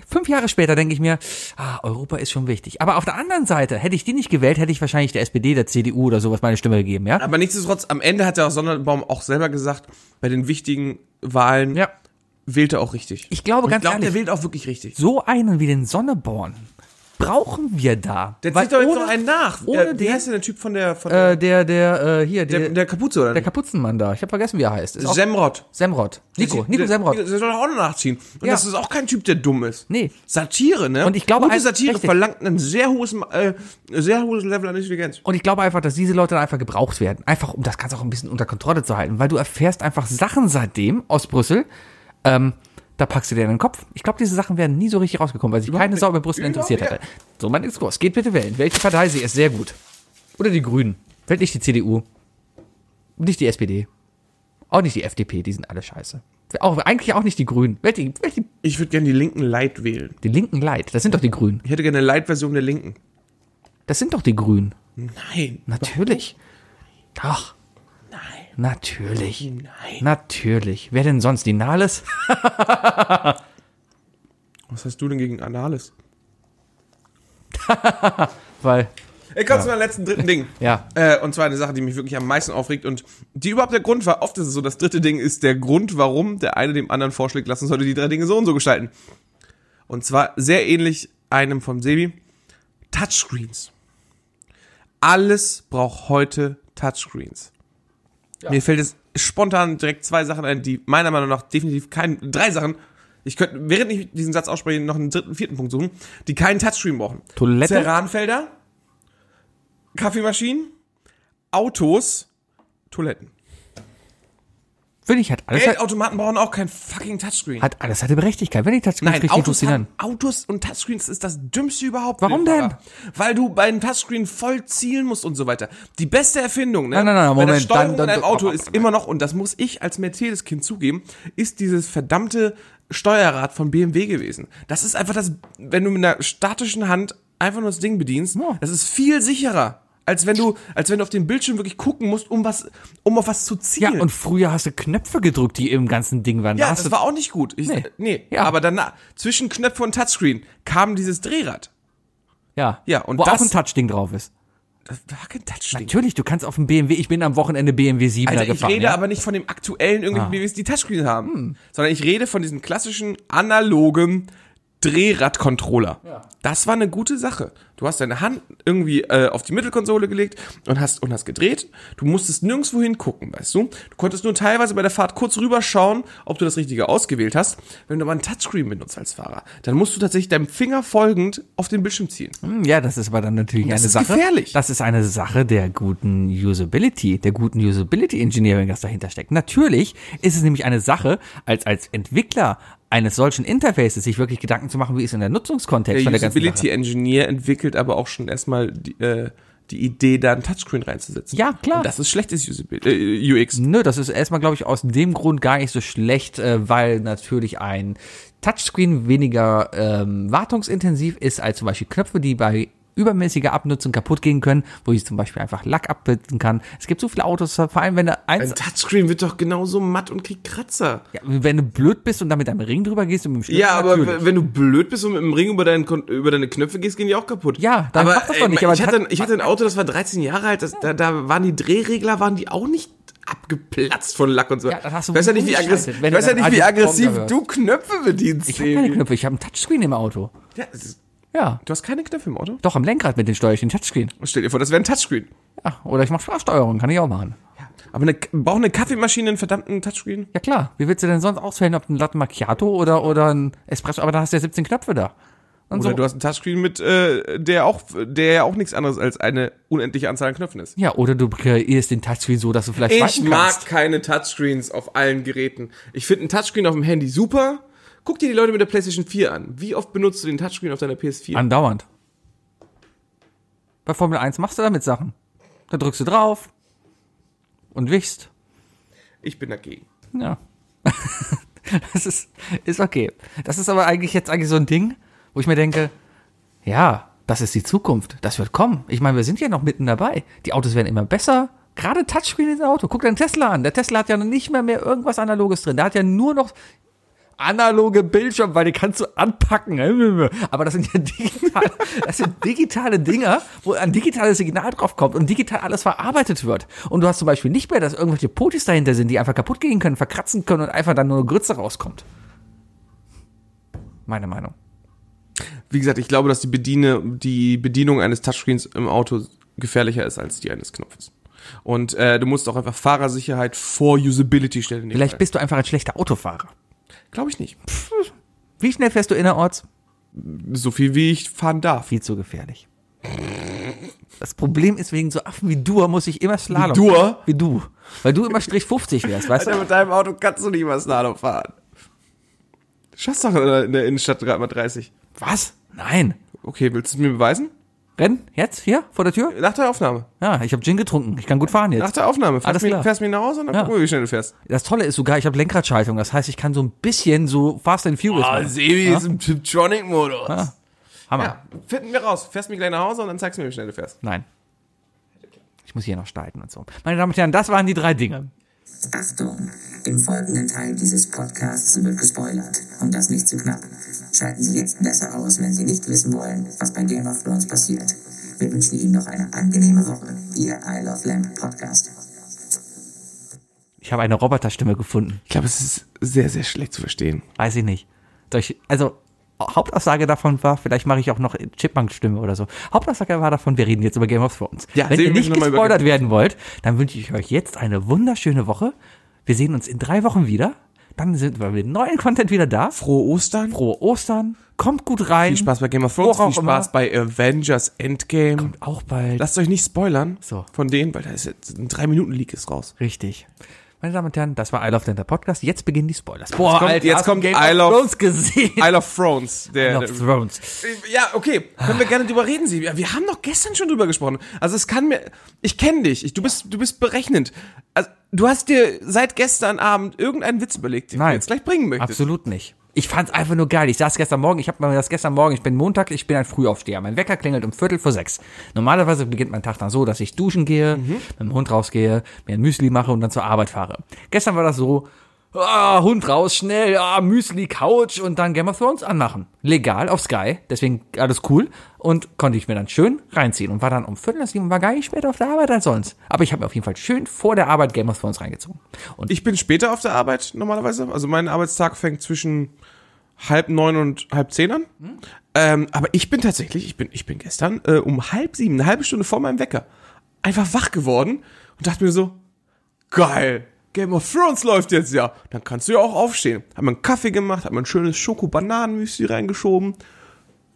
Fünf Jahre später denke ich mir, ah, Europa ist schon wichtig. Aber auf der anderen Seite, hätte ich die nicht gewählt, hätte ich wahrscheinlich der SPD, der CDU oder sowas meine Stimme gegeben. Ja? Aber nichtsdestotrotz, am Ende hat der Sonnenbaum auch selber gesagt, bei den wichtigen Wahlen Ja. wählt er auch richtig. Ich glaube, Und ganz glaub, ehrlich- der wählt auch wirklich richtig. So einen wie den Sonneborn brauchen wir da. Der Weil zieht doch jetzt ohne- noch einen nach. ohne Äh, wie den- heißt denn der Typ von der, von Äh, der, der, äh, hier, der, der, der, der Kapuze, oder? Kapuzenmann da. Ich habe vergessen, wie er heißt. Ist auch- Semrod. Semrod. Nico, Nico der, Semrod. Der soll doch auch noch nachziehen. Und Ja. das ist auch kein Typ, der dumm ist. Nee. Satire, ne? Und ich glaube, Gute ein- Satire richtig. verlangt ein sehr hohes, äh, sehr hohes Level an Intelligenz. Und ich glaube einfach, dass diese Leute dann einfach gebraucht werden. Einfach, um das Ganze auch ein bisschen unter Kontrolle zu halten. Weil du erfährst einfach Sachen seitdem aus Brüssel, ähm, da packst du dir in den Kopf. Ich glaube, diese Sachen wären nie so richtig rausgekommen, weil sich keine Sau über Brüssel interessiert hätte. So, mein Exkurs. Geht bitte wählen. Welche Partei sie ist? Sehr gut. Oder die Grünen. Wählt nicht die CDU. Nicht die SPD. Auch nicht die FDP. Die sind alle scheiße. Auch, eigentlich auch nicht die Grünen. Wählt die, wählt die, Ich würde gerne die Linken Light wählen. die Linken leid. Das sind doch die Grünen. Ich hätte gerne eine Light-Version der Linken. Das sind doch die Grünen. Nein. Natürlich. Doch. Nein. Natürlich. Nein. Natürlich. Wer denn sonst? Die Nahles? Was hast du denn gegen Anales? Weil, Ich komme zu meinem letzten dritten Ding. ja, Äh, und zwar eine Sache, die mich wirklich am meisten aufregt und die überhaupt der Grund war. Oft ist es so, das dritte Ding ist der Grund, warum der eine dem anderen vorschlägt, lass uns heute die drei Dinge so und so gestalten. Und zwar sehr ähnlich einem vom Sebi. Touchscreens. Alles braucht heute Touchscreens. Mir fällt jetzt spontan direkt zwei Sachen ein, die meiner Meinung nach definitiv kein, drei Sachen, ich könnte, während ich diesen Satz ausspreche, noch einen dritten, vierten Punkt suchen, die keinen Touchscreen brauchen. Toilette? Terranfelder, Kaffeemaschinen, Autos, Toiletten. finde ich, hat alles, hat, Geldautomaten brauchen auch kein fucking Touchscreen. hat alles hatte Berechtigkeit. Wenn ich das Nein, Autos, funktionieren. haben, Autos und Touchscreens ist das dümmste überhaupt. Warum Papa. denn? Weil du bei einem Touchscreen voll zielen musst und so weiter. Die beste Erfindung, ne? Nein, nein, nein, bei der Moment, Steuerung dann- dann- in einem dann- Auto ist immer noch, und das muss ich als Mercedes-Kind zugeben, ist dieses verdammte Steuerrad von BMW gewesen. Das ist einfach das, wenn du mit einer statischen Hand einfach nur das Ding bedienst, Ja. das ist viel sicherer. Als wenn du, als wenn du auf den Bildschirm wirklich gucken musst, um was, um auf was zu Ja, zielen. und früher hast du Knöpfe gedrückt, die im ganzen Ding waren. Da Ja, hast das du, war auch nicht gut. Ich, nee. Nee. nee. Ja. Aber danach, zwischen Knöpfe und Touchscreen kam dieses Drehrad. ja. ja, und wo das- auch ein Touchding drauf ist. Das war kein Touchscreen. Natürlich, du kannst auf dem BMW, ich bin am Wochenende BMW 7er Alter, Also, ich gefahren. rede ja? aber nicht von dem aktuellen irgendwelchen BMWs, die Touchscreen haben, sondern ich rede von diesem klassischen analogen Drehrad-Controller. Das war eine gute Sache. Du hast deine Hand irgendwie äh, auf die Mittelkonsole gelegt und hast und hast gedreht. Du musstest nirgendwo hingucken, weißt du? Du konntest nur teilweise bei der Fahrt kurz rüberschauen, ob du das richtige ausgewählt hast. Wenn du aber einen Touchscreen benutzt als Fahrer, dann musst du tatsächlich deinem Finger folgend auf den Bildschirm ziehen. Hm, Ja, das ist aber dann natürlich Das eine ist Sache. gefährlich. Das ist eine Sache der guten Usability, der guten Usability Engineering, das dahinter steckt. Natürlich ist es nämlich eine Sache, als als Entwickler eines solchen Interfaces sich wirklich Gedanken zu machen, wie ist in der Nutzungskontext Der von der ganzen Sache. Usability Engineer entwickelt aber auch schon erstmal die, äh, die Idee, da einen Touchscreen reinzusetzen. Ja, klar. Und das ist schlechtes Usability, äh, UX. Nö, das ist erstmal, glaube ich, aus dem Grund gar nicht so schlecht, äh, weil natürlich ein Touchscreen weniger ähm, wartungsintensiv ist als zum Beispiel Knöpfe, die bei übermäßiger Abnutzung kaputt gehen können, wo ich zum Beispiel einfach Lack abbilden kann. Es gibt so viele Autos, vor allem wenn du eins Ein Touchscreen wird doch genauso matt und kriegt Kratzer. Ja, wenn du blöd bist und dann mit deinem Ring drüber gehst und mit dem Stift, natürlich. w- wenn du blöd bist und mit dem Ring über, deinen, Kon- über deine Knöpfe gehst, gehen die auch kaputt. Ja, dann mach das doch ey, nicht, Ich, aber hatte, ein- Touch- ich hatte ein Auto, das war 13 Jahre alt, das, da, da waren die Drehregler, waren die auch nicht abgeplatzt von Lack und so. Ja, dann hast du ich weiß ja nicht, wie, umgeschaltet, aggressiv, wenn ich du weiß ja dann nicht, wie alte aggressiv Bonker hörst. du Knöpfe bedienst. ich habe keine Knöpfe, ich habe ein Touchscreen im Auto. Ja, es ist- Ja, du hast keine Knöpfe im Auto? doch am Lenkrad mit den Steuer ich den Touchscreen. Stell dir vor, das wäre ein Touchscreen. Ja, oder ich mache Sprachsteuerung, kann ich auch machen. Aber eine, braucht eine Kaffeemaschine einen verdammten Touchscreen? Ja klar, wie willst du denn sonst auswählen, ob ein Latte Macchiato oder oder ein Espresso, aber dann hast du ja 17 Knöpfe da. Und Oder so. du hast einen Touchscreen mit, äh, der auch, der ja auch nichts anderes als eine unendliche Anzahl an Knöpfen ist. Ja, oder du kreierst den Touchscreen so, dass du vielleicht Ich schwanken mag kannst. keine Touchscreens auf allen Geräten. Ich finde einen Touchscreen auf dem Handy super. Guck dir die Leute mit der PlayStation 4 an. Wie oft benutzt du den Touchscreen auf deiner PS4? andauernd. Bei Formel 1 machst du damit Sachen. Da drückst du drauf und wischst. Ich bin dagegen. Ja. das ist, ist okay. Das ist aber eigentlich jetzt eigentlich so ein Ding, wo ich mir denke, ja, das ist die Zukunft. Das wird kommen. Ich meine, wir sind ja noch mitten dabei. Die Autos werden immer besser. Gerade Touchscreen in Auto. Guck dir den Tesla an. Der Tesla hat ja noch nicht mehr, mehr irgendwas Analoges drin. Der hat ja nur noch analoge Bildschirm, weil die kannst du anpacken. ne? Aber das sind ja digitale, das sind digitale Dinger, wo ein digitales Signal drauf kommt und digital alles verarbeitet wird. Und du hast zum Beispiel nicht mehr, dass irgendwelche Potis dahinter sind, die einfach kaputt gehen können, verkratzen können und einfach dann nur eine Grütze rauskommt. Meine Meinung. Wie gesagt, ich glaube, dass die, Bediene, die Bedienung eines Touchscreens im Auto gefährlicher ist als die eines Knopfes. Und äh, du musst auch einfach Fahrersicherheit vor Usability stellen. in dem Vielleicht Fall. bist du einfach ein schlechter Autofahrer. Glaube ich nicht. Wie schnell fährst du innerorts? So viel, wie ich fahren darf. Viel zu gefährlich. Das Problem ist, wegen so Affen wie du muss ich immer Slalom. Wie du? Wie du. Weil du immer Strich 50 wärst, weißt du? mit deinem Auto kannst du nicht mal Slalom fahren. Du schaffst doch in der- in der Innenstadt gerade mal 30. Was? Nein. Okay, willst du es mir beweisen? Rennen? Jetzt? Hier? Vor der Tür? Nach der Aufnahme. Ja, ich habe Gin getrunken. Ich kann gut fahren Nach jetzt. der Aufnahme. Fährst, Alles mich, klar. fährst mich nach Hause und dann Ja. gucken wir, wie schnell du fährst. Das Tolle ist sogar, ich habe Lenkradschaltung. Das heißt, ich kann so ein bisschen so Fast and Furious Ah, machen. Sebi ist im Tiptronic-Modus. Ja. Hammer. finden wir raus. Fährst mich gleich nach Hause und dann zeigst du mir, wie schnell du fährst. Nein. Ich muss hier noch streiten und so. Meine Damen und Herren, das waren die drei Dinge. Achtung, im folgenden Teil dieses Podcasts wird gespoilert und das nicht zu knapp. Schalten Sie jetzt besser aus, wenn Sie nicht wissen wollen, was bei Game of Thrones passiert. Wir wünschen Ihnen noch eine angenehme Woche, Ihr I Love Lamp Podcast. Ich habe eine Roboterstimme gefunden. Ich glaube, es ist sehr, sehr schlecht zu verstehen. Weiß ich nicht. Soll ich- Also, Hauptaussage davon war, vielleicht mache ich auch noch Chipmunk-Stimme oder so. Hauptaussage war davon, wir reden jetzt über Game of Thrones. Ja, Wenn sehen ihr wir nicht noch mal über gespoilert werden wollt, dann wünsche ich euch jetzt eine wunderschöne Woche. Wir sehen uns in drei Wochen wieder. Dann sind wir mit neuen Content wieder da. Frohe Ostern. frohe Ostern. Kommt gut rein. Viel Spaß bei Game of Thrones. Wo auch Viel Spaß immer. bei Avengers Endgame. Auch bald. Lasst euch nicht spoilern So. von denen, weil da ist jetzt ein 3-Minuten-Leak ist raus. Richtig. Meine Damen und Herren, das war I Love Denter Podcast. Jetzt beginnen die Spoilers. Boah, kommt- jetzt hast du kommt Game I of Love- Thrones gesehen. I Love Thrones. Der, I Love der, Thrones. Äh, Ja, okay. Können wir gerne drüber reden, Sie. Wir haben doch gestern schon drüber gesprochen. Also es kann mir. Ich kenne dich. Ich, du bist, du bist berechnend. Also, du hast dir seit gestern Abend irgendeinen Witz überlegt, den du Nein. jetzt gleich bringen möchtest. Absolut nicht. Ich fand's einfach nur geil. Ich saß gestern Morgen, ich habe mir das gestern Morgen, ich bin Montag, ich bin ein Frühaufsteher. Mein Wecker klingelt um Viertel vor sechs. Normalerweise beginnt mein Tag dann so, dass ich Mhm. duschen gehe, mit dem Hund rausgehe, mir ein Müsli mache und dann zur Arbeit fahre. Gestern war das so, ah, Hund raus, schnell, ah, Müsli, Couch und dann Game of Thrones anmachen. Legal auf Sky, deswegen alles cool. Und konnte ich mir dann schön reinziehen und war dann um Viertel nach sieben und war gar nicht später auf der Arbeit als sonst. Aber ich habe mir auf jeden Fall schön vor der Arbeit Game of Thrones reingezogen. Und Ich bin später auf der Arbeit normalerweise. Also mein Arbeitstag fängt zwischen halb neun und halb zehn an. Ähm, aber ich bin tatsächlich, ich bin, ich bin gestern äh, um halb sieben, eine halbe Stunde vor meinem Wecker, einfach wach geworden und dachte mir so, geil, Game of Thrones läuft jetzt ja. Dann kannst du ja auch aufstehen. Hab mir einen Kaffee gemacht, hab mir ein schönes Schoko-Bananen-Müsli reingeschoben.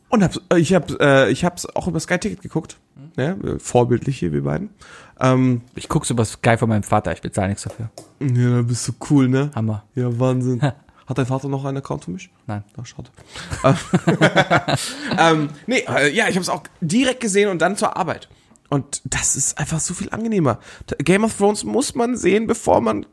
Und hab's, äh, ich, hab, äh, ich hab's auch über Sky-Ticket geguckt. Ja, äh, vorbildlich hier, wir beiden. Ähm, ich guck's über Sky von meinem Vater, ich bezahle nichts dafür. ja, da bist du cool, ne? Hammer. Ja, Wahnsinn. Hat dein Vater noch einen Account für mich? Nein. Ach, schade. ähm, nee, äh, ja, ich habe es auch direkt gesehen und dann zur Arbeit. Und das ist einfach so viel angenehmer. T- Game of Thrones muss man sehen, bevor man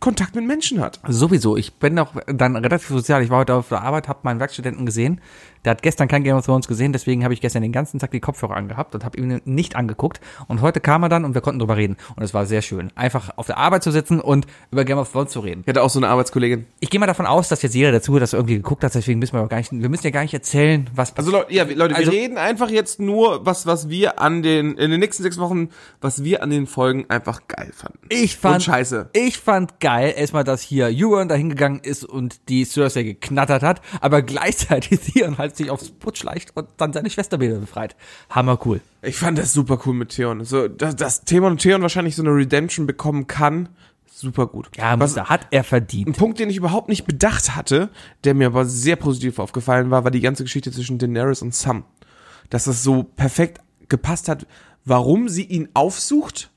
Kontakt mit Menschen hat. Sowieso, ich bin auch dann relativ sozial. Ich war heute auf der Arbeit, habe meinen Werkstudenten gesehen. Der hat gestern kein Game of Thrones gesehen, deswegen habe ich gestern den ganzen Tag die Kopfhörer angehabt und habe ihn nicht angeguckt. Und heute kam er dann und wir konnten drüber reden. Und es war sehr schön, einfach auf der Arbeit zu sitzen und über Game of Thrones zu reden. Ich hatte auch so eine Arbeitskollegin. Ich gehe mal davon aus, dass jetzt jeder dazu das irgendwie geguckt hat, deswegen müssen wir auch gar nicht, wir müssen ja gar nicht erzählen, was Also Leute, ja, wir- Leute, Also- wir reden einfach jetzt nur, was, was wir an den, in den nächsten sechs Wochen, was wir an den Folgen einfach geil fanden. Ich fand, Und scheiße. Ich fand geil, erstmal, dass hier Euron da hingegangen ist und die Cersei geknattert hat, aber gleichzeitig Theon halt sich aufs Putsch schleicht und dann seine Schwester wieder befreit. Hammer cool. Ich fand das super cool mit Theon. So, dass, dass Theon und Theon wahrscheinlich so eine Redemption bekommen kann, super gut. Ja, was, was hat er ein verdient. Punkt, den ich überhaupt nicht bedacht hatte, der mir aber sehr positiv aufgefallen war, war die ganze Geschichte zwischen Daenerys und Sam. Dass das so perfekt gepasst hat, warum sie ihn aufsucht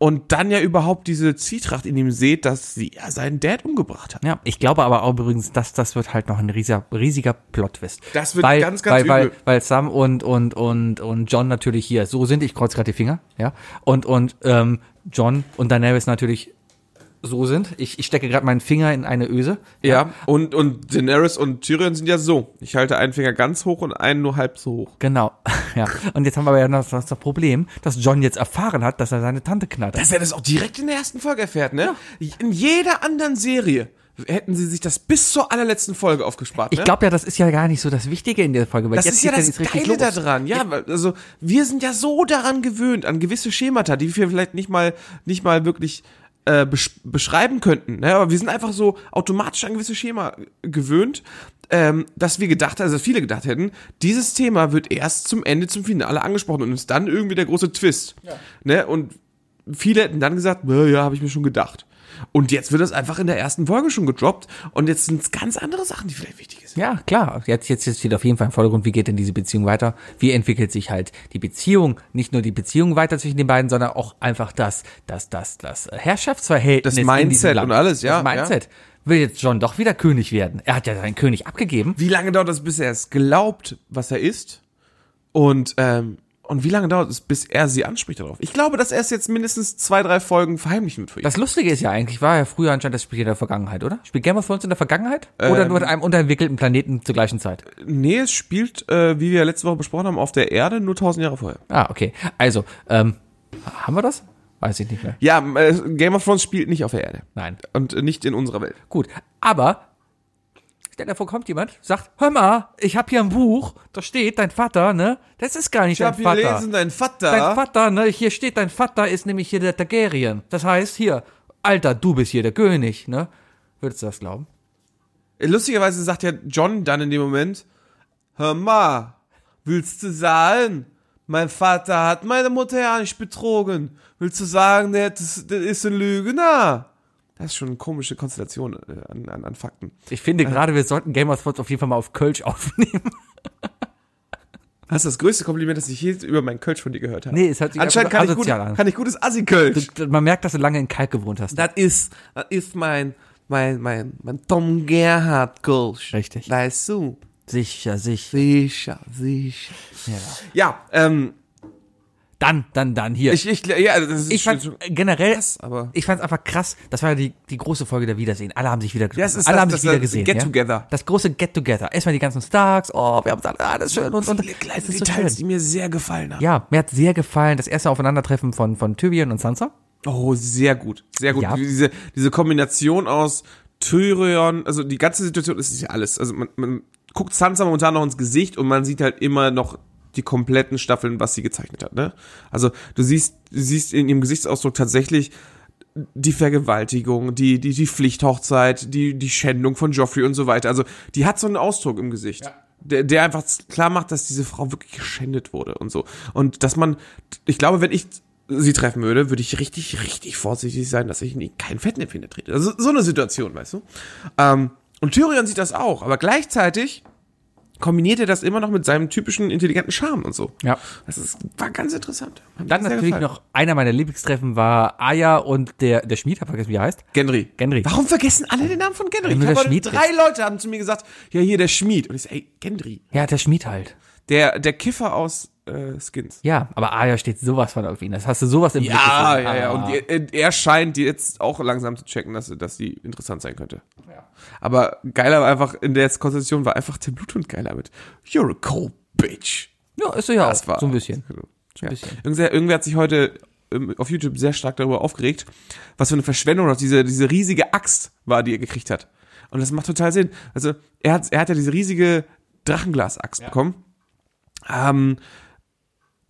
und dann ja überhaupt diese Zwietracht in ihm seht, dass sie ja seinen Dad umgebracht hat. Ja, ich glaube aber auch übrigens, dass das wird halt noch ein riesiger, riesiger Plot-Twist. Das wird weil, ganz, ganz weil, weil, übel. weil Sam und, und, und, und John natürlich hier, so sind, ich kreuz gerade die Finger, ja, und, und, ähm, John und Daenerys natürlich so sind. Ich, ich stecke gerade meinen Finger in eine Öse. Ja, und, und Daenerys und Tyrion sind ja so. Ich halte einen Finger ganz hoch und einen nur halb so hoch. Genau. Ja. Und jetzt haben wir aber ja noch das, das Problem, dass John jetzt erfahren hat, dass er seine Tante knattert. Dass er das auch direkt in der ersten Folge erfährt, ne? In jeder anderen Serie hätten sie sich das bis zur allerletzten Folge aufgespart, ne? Ich glaube ja, das ist ja gar nicht so das Wichtige in der Folge, weil Das jetzt ist ja geht das jetzt richtig Geile los. daran, ja, weil, also wir sind ja so daran gewöhnt an gewisse Schemata, die wir vielleicht nicht mal nicht mal wirklich äh, besch beschreiben könnten. Ne? Aber wir sind einfach so automatisch an gewisse Schema gewöhnt, ähm, dass wir gedacht, also viele gedacht hätten, dieses Thema wird erst zum Ende, zum Finale angesprochen und ist dann irgendwie der große Twist. Ne? Und viele hätten dann gesagt, "Na ja, habe ich mir schon gedacht. Und jetzt wird das einfach in der ersten Folge schon gedroppt und jetzt sind es ganz andere Sachen, die vielleicht wichtig sind. Ja, klar. Jetzt, jetzt jetzt steht auf jeden Fall im Vordergrund, wie geht denn diese Beziehung weiter? Wie entwickelt sich halt die Beziehung? Nicht nur die Beziehung weiter zwischen den beiden, sondern auch einfach das, das, das, das Herrschaftsverhältnis. Das in diesem Mindset Land. und alles, ja, Das Mindset. Will jetzt John doch wieder König werden. Er hat ja seinen König abgegeben. wie lange dauert es, bis er es glaubt, was er ist? Und, ähm, und wie lange dauert es, bis er sie anspricht darauf? Ich glaube, dass er es jetzt mindestens zwei, drei Folgen verheimlichen wird für ihn. Das Lustige ist ja eigentlich, war ja früher anscheinend das Spiel in der Vergangenheit, oder? Spielt Game of Thrones in der Vergangenheit? oder nur mit einem unterentwickelten Planeten zur gleichen Zeit? nee, es spielt, äh, wie wir letzte Woche besprochen haben, auf der Erde nur tausend Jahre vorher. Ah, okay. Also, ähm, haben wir das? Weiß ich nicht mehr. Ja, m- äh, Game of Thrones spielt nicht auf der Erde. Nein. Und äh, nicht in unserer Welt. Gut. Aber, stell dir vor, kommt jemand, sagt, hör mal, ich hab hier ein Buch, da steht dein Vater, ne? Das ist gar nicht dein Vater. dein Vater. Dein Vater, ne? Hier steht, dein Vater ist nämlich hier der Targaryen. Das heißt, hier, Alter, du bist hier der König, ne? Würdest du das glauben? Lustigerweise sagt ja John dann in dem Moment, hör mal, willst du sagen, mein Vater hat meine Mutter ja nicht betrogen? Willst du sagen, der, das, das ist ein Lügner? Das ist schon eine komische Konstellation äh, an, an, an Fakten. Ich finde gerade, wir sollten Game of Thrones auf jeden Fall mal auf Kölsch aufnehmen. Das ist das größte Kompliment, das ich je über meinen Kölsch von dir gehört habe. Nee, es hört sich Anscheinend einfach kann nur ich, gut, asozial an. kann ich gutes Assi-Kölsch. Äh, Man merkt, dass du lange in Kalk gewohnt hast. Das ist, das ist mein, mein, mein, mein Tom Gerhard-Kölsch. Richtig. Weißt du? Sicher, sicher. Sicher, sicher. Ja, ähm, Dann, dann, dann, hier. ich, ich, ja, das ist ich schon- fand generell, aber- ich fand es einfach krass. Das war ja die, die große Folge der Wiedersehen. Alle haben sich wieder gesehen. Das ist alle das- haben das- sich wieder das gesehen. Get-Together. Ja? Das große Get Together. Erstmal die ganzen Starks. Oh, wir haben uns alle, ah, alles schön und und. viele kleine es ist so Details, schön. die mir sehr gefallen haben. Ja, mir hat sehr gefallen das erste Aufeinandertreffen von von Tyrion und Sansa. Oh, sehr gut. Sehr gut. Ja. Diese, diese Kombination aus Tyrion, also die ganze Situation es ist ja alles. Also man, man guckt Sansa momentan noch ins Gesicht und man sieht halt immer noch die kompletten Staffeln, was sie gezeichnet hat, ne? Also du siehst, du siehst in ihrem Gesichtsausdruck tatsächlich die Vergewaltigung, die, die, die Pflichthochzeit, die, die Schändung von Joffrey und so weiter. Also, die hat so einen Ausdruck im Gesicht. Der, der einfach klar macht, dass diese Frau wirklich geschändet wurde und so. Und dass man, ich glaube, wenn ich sie treffen würde, würde ich richtig, richtig vorsichtig sein, dass ich in kein Fettnäpfchen da trete. Also, so eine Situation, weißt du? Ähm, und Tyrion sieht das auch, aber gleichzeitig kombiniert er das immer noch mit seinem typischen intelligenten Charme und so. Ja. Das ist, war ganz interessant. Hat mir Dann sehr natürlich gefallen. noch einer meiner Lieblingstreffen war Aya und der, der Schmied, hab vergessen, wie er heißt. Genry. Äh, Gendry. Warum vergessen alle den Namen von Gendry? Weil nur Ich hab der heute- Schmied drei Leute haben zu mir gesagt, ja, hier der Schmied. Und ich so, ey, Gendry. Ja, der Schmied halt. Der, der Kiffer aus äh, Skins. Ja, aber Aya steht sowas von auf ihn. Das hast du sowas im Blick. Ja, gesehen. ja, ja. Ah. Und er, er scheint jetzt auch langsam zu checken, dass, dass sie interessant sein könnte. Aber geiler war einfach, in der Konstellation war einfach der Bluthund geiler mit. You're a cold bitch. ja, ist so ja Das war auch. Genau, So ein bisschen. Ja. Irgendwer, irgendwer hat sich heute ähm, auf YouTube sehr stark darüber aufgeregt, was für eine Verschwendung das diese, diese riesige Axt war, die er gekriegt hat. Und das macht total Sinn. Also er hat, er hat ja diese riesige Drachenglas-Axt bekommen, ähm,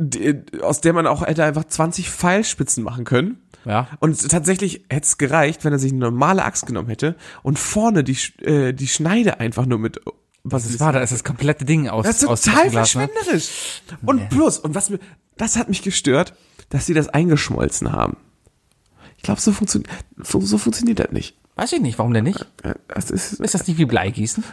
die, aus der man auch hätte einfach 20 Pfeilspitzen machen können. Ja. Und tatsächlich hätte es gereicht, wenn er sich eine normale Axt genommen hätte und vorne die, Sch- äh, die Schneide einfach nur mit Was es war, da ist das komplette Ding aus. das ist aus total Glas, ne? verschwenderisch. Und plus, und was mir, das hat mich gestört, dass sie das eingeschmolzen haben. Ich glaube, so, funktio so, so funktioniert das nicht. Weiß ich nicht, warum denn nicht? Äh, Das ist, Ist das nicht wie Bleigießen?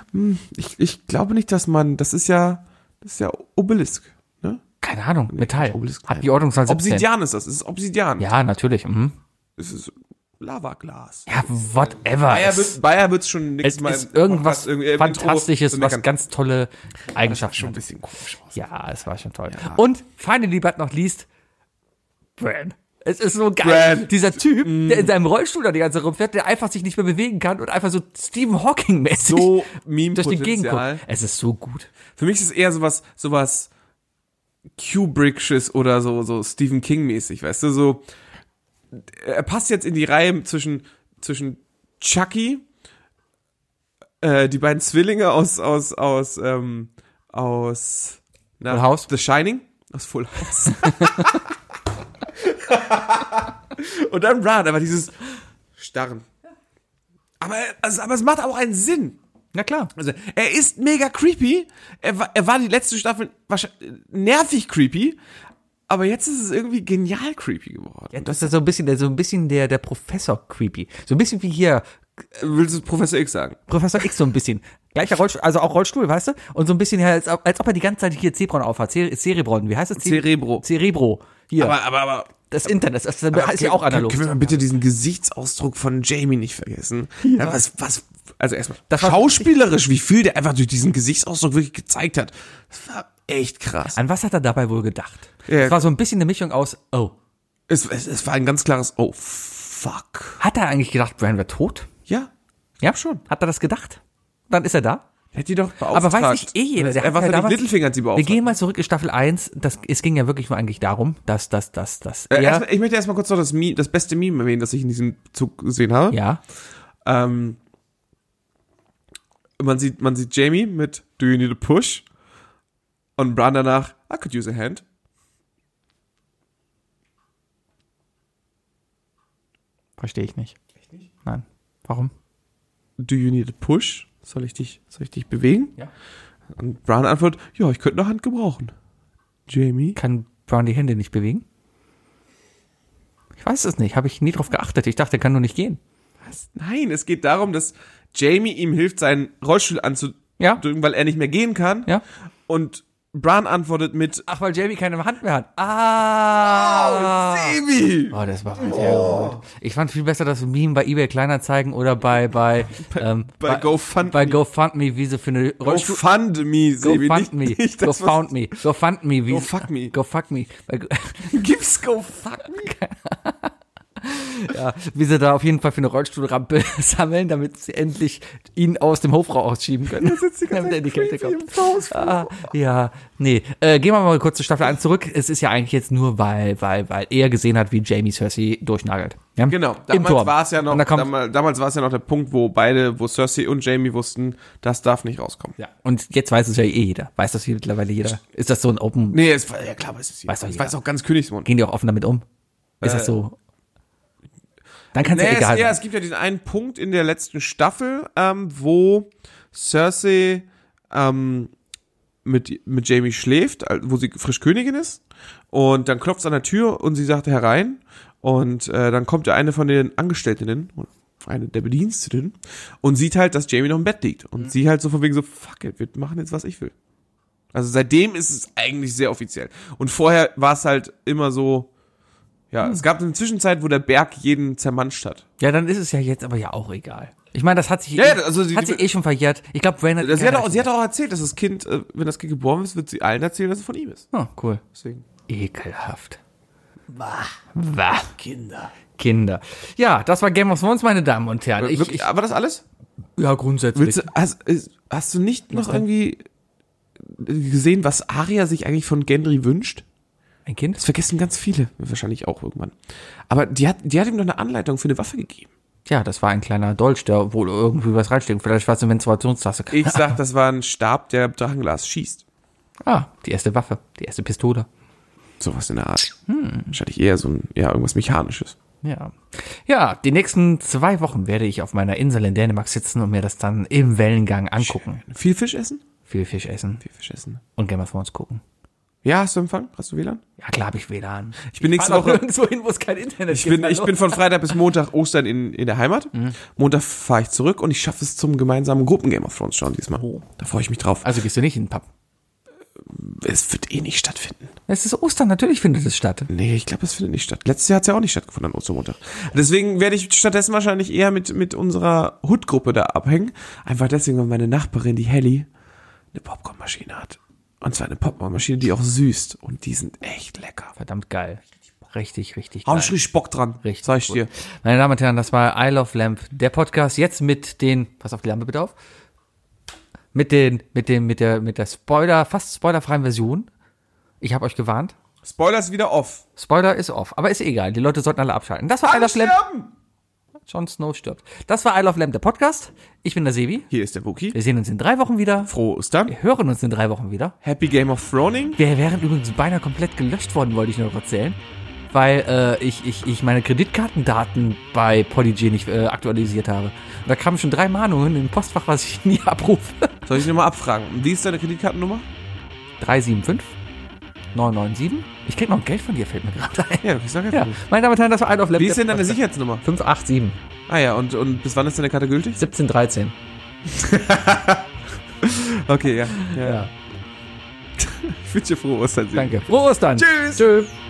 ich, ich glaube nicht, dass man, das ist ja, das ist ja Obelisk. Ne? Keine Ahnung, Metall. Obelisk, Hat nein. die Ordnungszahl 17. Obsidian ist das, es ist Obsidian. Ja, natürlich. Mhm. Es ist Lavaglas. Ja, whatever. Bayer es wird Bayer wird's schon es nächstes Mal. ist im irgendwas Podcast irgendwie äh, im Intro Fantastisches, was bemeckern. ganz tolle Eigenschaften schon ein hat. bisschen komisch aus. Ja, es war schon toll. Und finally, but not least, Bran. Es ist so geil. Bran. Mm. Dieser Typ, der in seinem Rollstuhl da die ganze Zeit rumfährt, der einfach sich nicht mehr bewegen kann und einfach so Stephen Hawking-mäßig So durch die Gegend Meme-Potenzial. guckt. Es ist so gut. Für mich ist es eher sowas, sowas Kubricksches oder so, so Stephen King-mäßig, weißt du, so. Er passt jetzt in die Reihe zwischen, zwischen Chucky, äh, die beiden Zwillinge aus, aus, aus, ähm, aus, na, Full House? The Shining, aus Full House. Und dann Brad, aber dieses Starren. Aber, also, aber es macht auch einen Sinn. Na klar. Also, er ist mega creepy. Er war, er war die letzte Staffel wahrscheinlich nervig creepy. Aber jetzt ist es irgendwie genial creepy geworden. Das ist so ein bisschen, der- so ein bisschen der, der Professor creepy. So ein bisschen wie hier Willst du Professor X sagen? Professor X so ein bisschen. Gleicher Rollstuhl, also auch Rollstuhl, weißt du? Und so ein bisschen, als, als ob er die ganze Zeit hier Zebron aufhat. Cere Cerebron, wie heißt das? Cere- Cerebro. Cerebro. Hier, Aber, aber, aber. das Internet, das ist ja auch analog. Können wir mal bitte diesen Gesichtsausdruck von Jamie nicht vergessen? Ja. Was, was, also erstmal, Das war- schauspielerisch, wie viel der einfach durch diesen Gesichtsausdruck wirklich gezeigt hat. Das war echt krass. An was hat er dabei wohl gedacht? Ja. Das war so ein bisschen eine Mischung aus, oh, Es, es, es war ein ganz klares, oh, fuck. hat er eigentlich gedacht, Bran wäre tot? Ja. Ja, schon. Hat er das gedacht? Dann ist er da. Hätte die doch beauftragt. Aber weiß ich eh jeder. Der Er war hat ja ja damals- Littlefinger hat sie Wir beauftragt. gehen mal zurück in Staffel 1. Das, es ging ja wirklich nur eigentlich darum, dass, dass, dass, dass Äh, er, erstmal, ich möchte erstmal kurz noch das, Meme, das beste Meme erwähnen, das ich in diesem Zug gesehen habe. ja, Ähm, man, sieht, man sieht Jamie mit Do you need a push? Und Bran danach, I could use a hand. verstehe ich nicht. Echt nicht? Nein. Warum? Do you need a push? Soll ich dich, soll ich dich bewegen? Ja. Und Bran antwortet, ja, ich könnte eine Hand gebrauchen. Jamie. Kann Brown die Hände nicht bewegen? Ich weiß es nicht. Habe ich nie drauf geachtet. Ich dachte, er kann nur nicht gehen. Nein, es geht darum, dass Jamie ihm hilft, seinen Rollstuhl Ja. anzudrücken, weil er nicht mehr gehen kann. Ja. Und Bran antwortet mit, Ach, weil Jamie keine Hand mehr hat. Ah! Jamie! Oh, das war sehr gut. Ich fand viel besser das Meme bei eBay kleiner zeigen oder bei bei ähm, bei GoFundMe. bei GoFundMe, wie sie für eine Rollstuhl GoFundMe, Oh, Sebi, nicht, me, nicht go das, was- found me, go fund me, wie Go fuck me. go fuck me. Bei- Gibt's GoFundMe? wie sie da auf jeden Fall für eine Rollstuhlrampe sammeln, damit sie endlich ihn aus dem Hofrau ausschieben können. damit er in die Kälte kommt. Ah, ja, nee. Äh, gehen wir mal kurz zur Staffel 1 zurück. Es ist ja eigentlich jetzt nur, weil, weil, weil er gesehen hat, wie Jamie Cersei durchnagelt. Ja? Genau, Im damals Turm. war es ja noch, Und da kommt, damals, damals war es ja noch der Punkt, wo beide, wo Cersei und Jamie wussten, das darf nicht rauskommen. ja. Und jetzt weiß es ja eh jeder. Weiß das hier mittlerweile jeder. Ist das so ein Open? Nee, es war, ja klar, weiß es jeder. Weiß doch Das jeder. weiß auch ganz Königsmund. Gehen die auch offen damit um? Ist das so? Dann kann es Äh, Nee, ja egal es, ja, sein. es gibt ja diesen einen Punkt in der letzten Staffel, ähm, wo Cersei ähm, mit, mit Jamie schläft, al- wo sie frisch Königin ist. Und dann klopft es an der Tür und sie sagt herein. Und äh, dann kommt der eine von den Angestellten, eine der Bediensteten, und sieht halt, dass Jamie noch im Bett liegt. Und sie halt so von wegen so, fuck it, wir machen jetzt, was ich will. Also seitdem ist es eigentlich sehr offiziell. Und vorher war es halt immer so, ja, es gab eine Zwischenzeit, wo der Berg jeden zermanscht hat. Ja, dann ist es ja jetzt aber ja auch egal. Ich meine, das hat sich, Ja, ja, also sie- hat sich eh schon verjährt. Ich glaube, Rain hat. Sie hat, auch, sie hat auch erzählt, dass das Kind, äh, wenn das Kind geboren ist, wird sie allen erzählen, dass es von ihm ist. Oh, cool. Deswegen. Ekelhaft. Bah. Bah. Kinder. Kinder. Ja, das war Game of Thrones, meine Damen und Herren. Ich, Äh, Wirklich, ich, war das alles? ja, grundsätzlich. Willst du, hast, ist- hast du nicht noch irgendwie gesehen, was Arya sich eigentlich von Gendry wünscht? Ein Kind? Das vergessen ganz viele, wahrscheinlich auch irgendwann. Aber die hat, die hat ihm doch eine Anleitung für eine Waffe gegeben. Ja, das war ein kleiner Dolch, der wohl irgendwie was reinsteckt. Vielleicht war es eine Menstruationstasse. Ich sag, das war ein Stab, der Drachenglas schießt. Ah, die erste Waffe. Die erste Pistole. Sowas in der Art. Hm. Wahrscheinlich eher so ein, ja, irgendwas Mechanisches. Ja. Ja, die nächsten zwei Wochen werde ich auf meiner Insel in Dänemark sitzen und mir das dann im Wellengang angucken. Viel Fisch essen? Viel Fisch essen Viel Fisch essen. und Game of Thrones gucken. Ja, hast du Empfang? Hast du WLAN? Ja, klar habe ich WLAN. Ich bin nächste Fahr doch Woche. nirgendwo hin, wo es kein Internet Ich bin, ich bin von Freitag bis Montag Ostern in, in der Heimat. Mhm. Montag fahre ich zurück und ich schaffe es zum gemeinsamen Gruppen-Game of Thrones schauen diesmal. Da freue ich mich drauf. Oh. Also gehst du nicht in den Pub. es wird eh nicht stattfinden. Es ist Ostern, natürlich findet es statt. Nee, ich glaube, es findet nicht statt. Letztes Jahr hat es ja auch nicht stattgefunden an Ostermontag. Deswegen werde ich stattdessen wahrscheinlich eher mit, mit unserer Hood-Gruppe da abhängen. Einfach deswegen, weil meine Nachbarin, die Helly, eine Popcornmaschine hat. Und zwar eine Popcornmaschine, die auch süßt. Und die sind echt lecker. Verdammt geil. Richtig, richtig Hau geil. ich richtig Bock dran. Richtig Sag ich gut. dir. Meine Damen und Herren, das war I Love Lamp, der Podcast jetzt mit den, pass auf die Lampe bitte auf, mit den, mit dem, mit der, mit der Spoiler, fast spoilerfreien Version. Ich habe euch gewarnt. Spoilers wieder off. Spoiler ist off, aber ist egal. Die Leute sollten alle abschalten. Das war I Love Lamp. Jon Snow stirbt. Das war I Love Lamp, der Podcast. Ich bin der Sebi. Hier ist der Wookie. Wir sehen uns in drei Wochen wieder. Frohe Ostern. Wir hören uns in drei Wochen wieder. Happy Game of Throning. Wir wären übrigens beinahe komplett gelöscht worden, wollte ich noch erzählen. Weil äh, ich, ich, ich meine Kreditkartendaten bei Polyg nicht äh, aktualisiert habe. Und da kamen schon drei Mahnungen im Postfach, was ich nie abrufe. Soll ich nochmal abfragen? Wie ist deine Kreditkartennummer? 375 997. Ich krieg noch Geld von dir, fällt mir gerade ein. Ja, ich sag Ja, einfach. nicht. meine Damen und Herren, das war ein auf Laptop. Wie ist denn deine Sicherheitsnummer? 587 Ah ja, und, und bis wann ist deine Karte gültig? 1713. Okay, ja. ja. Ja. Ich wünsche dir frohe Ostern. Sigi. Danke. Frohe Ostern. Tschüss. Tschüss.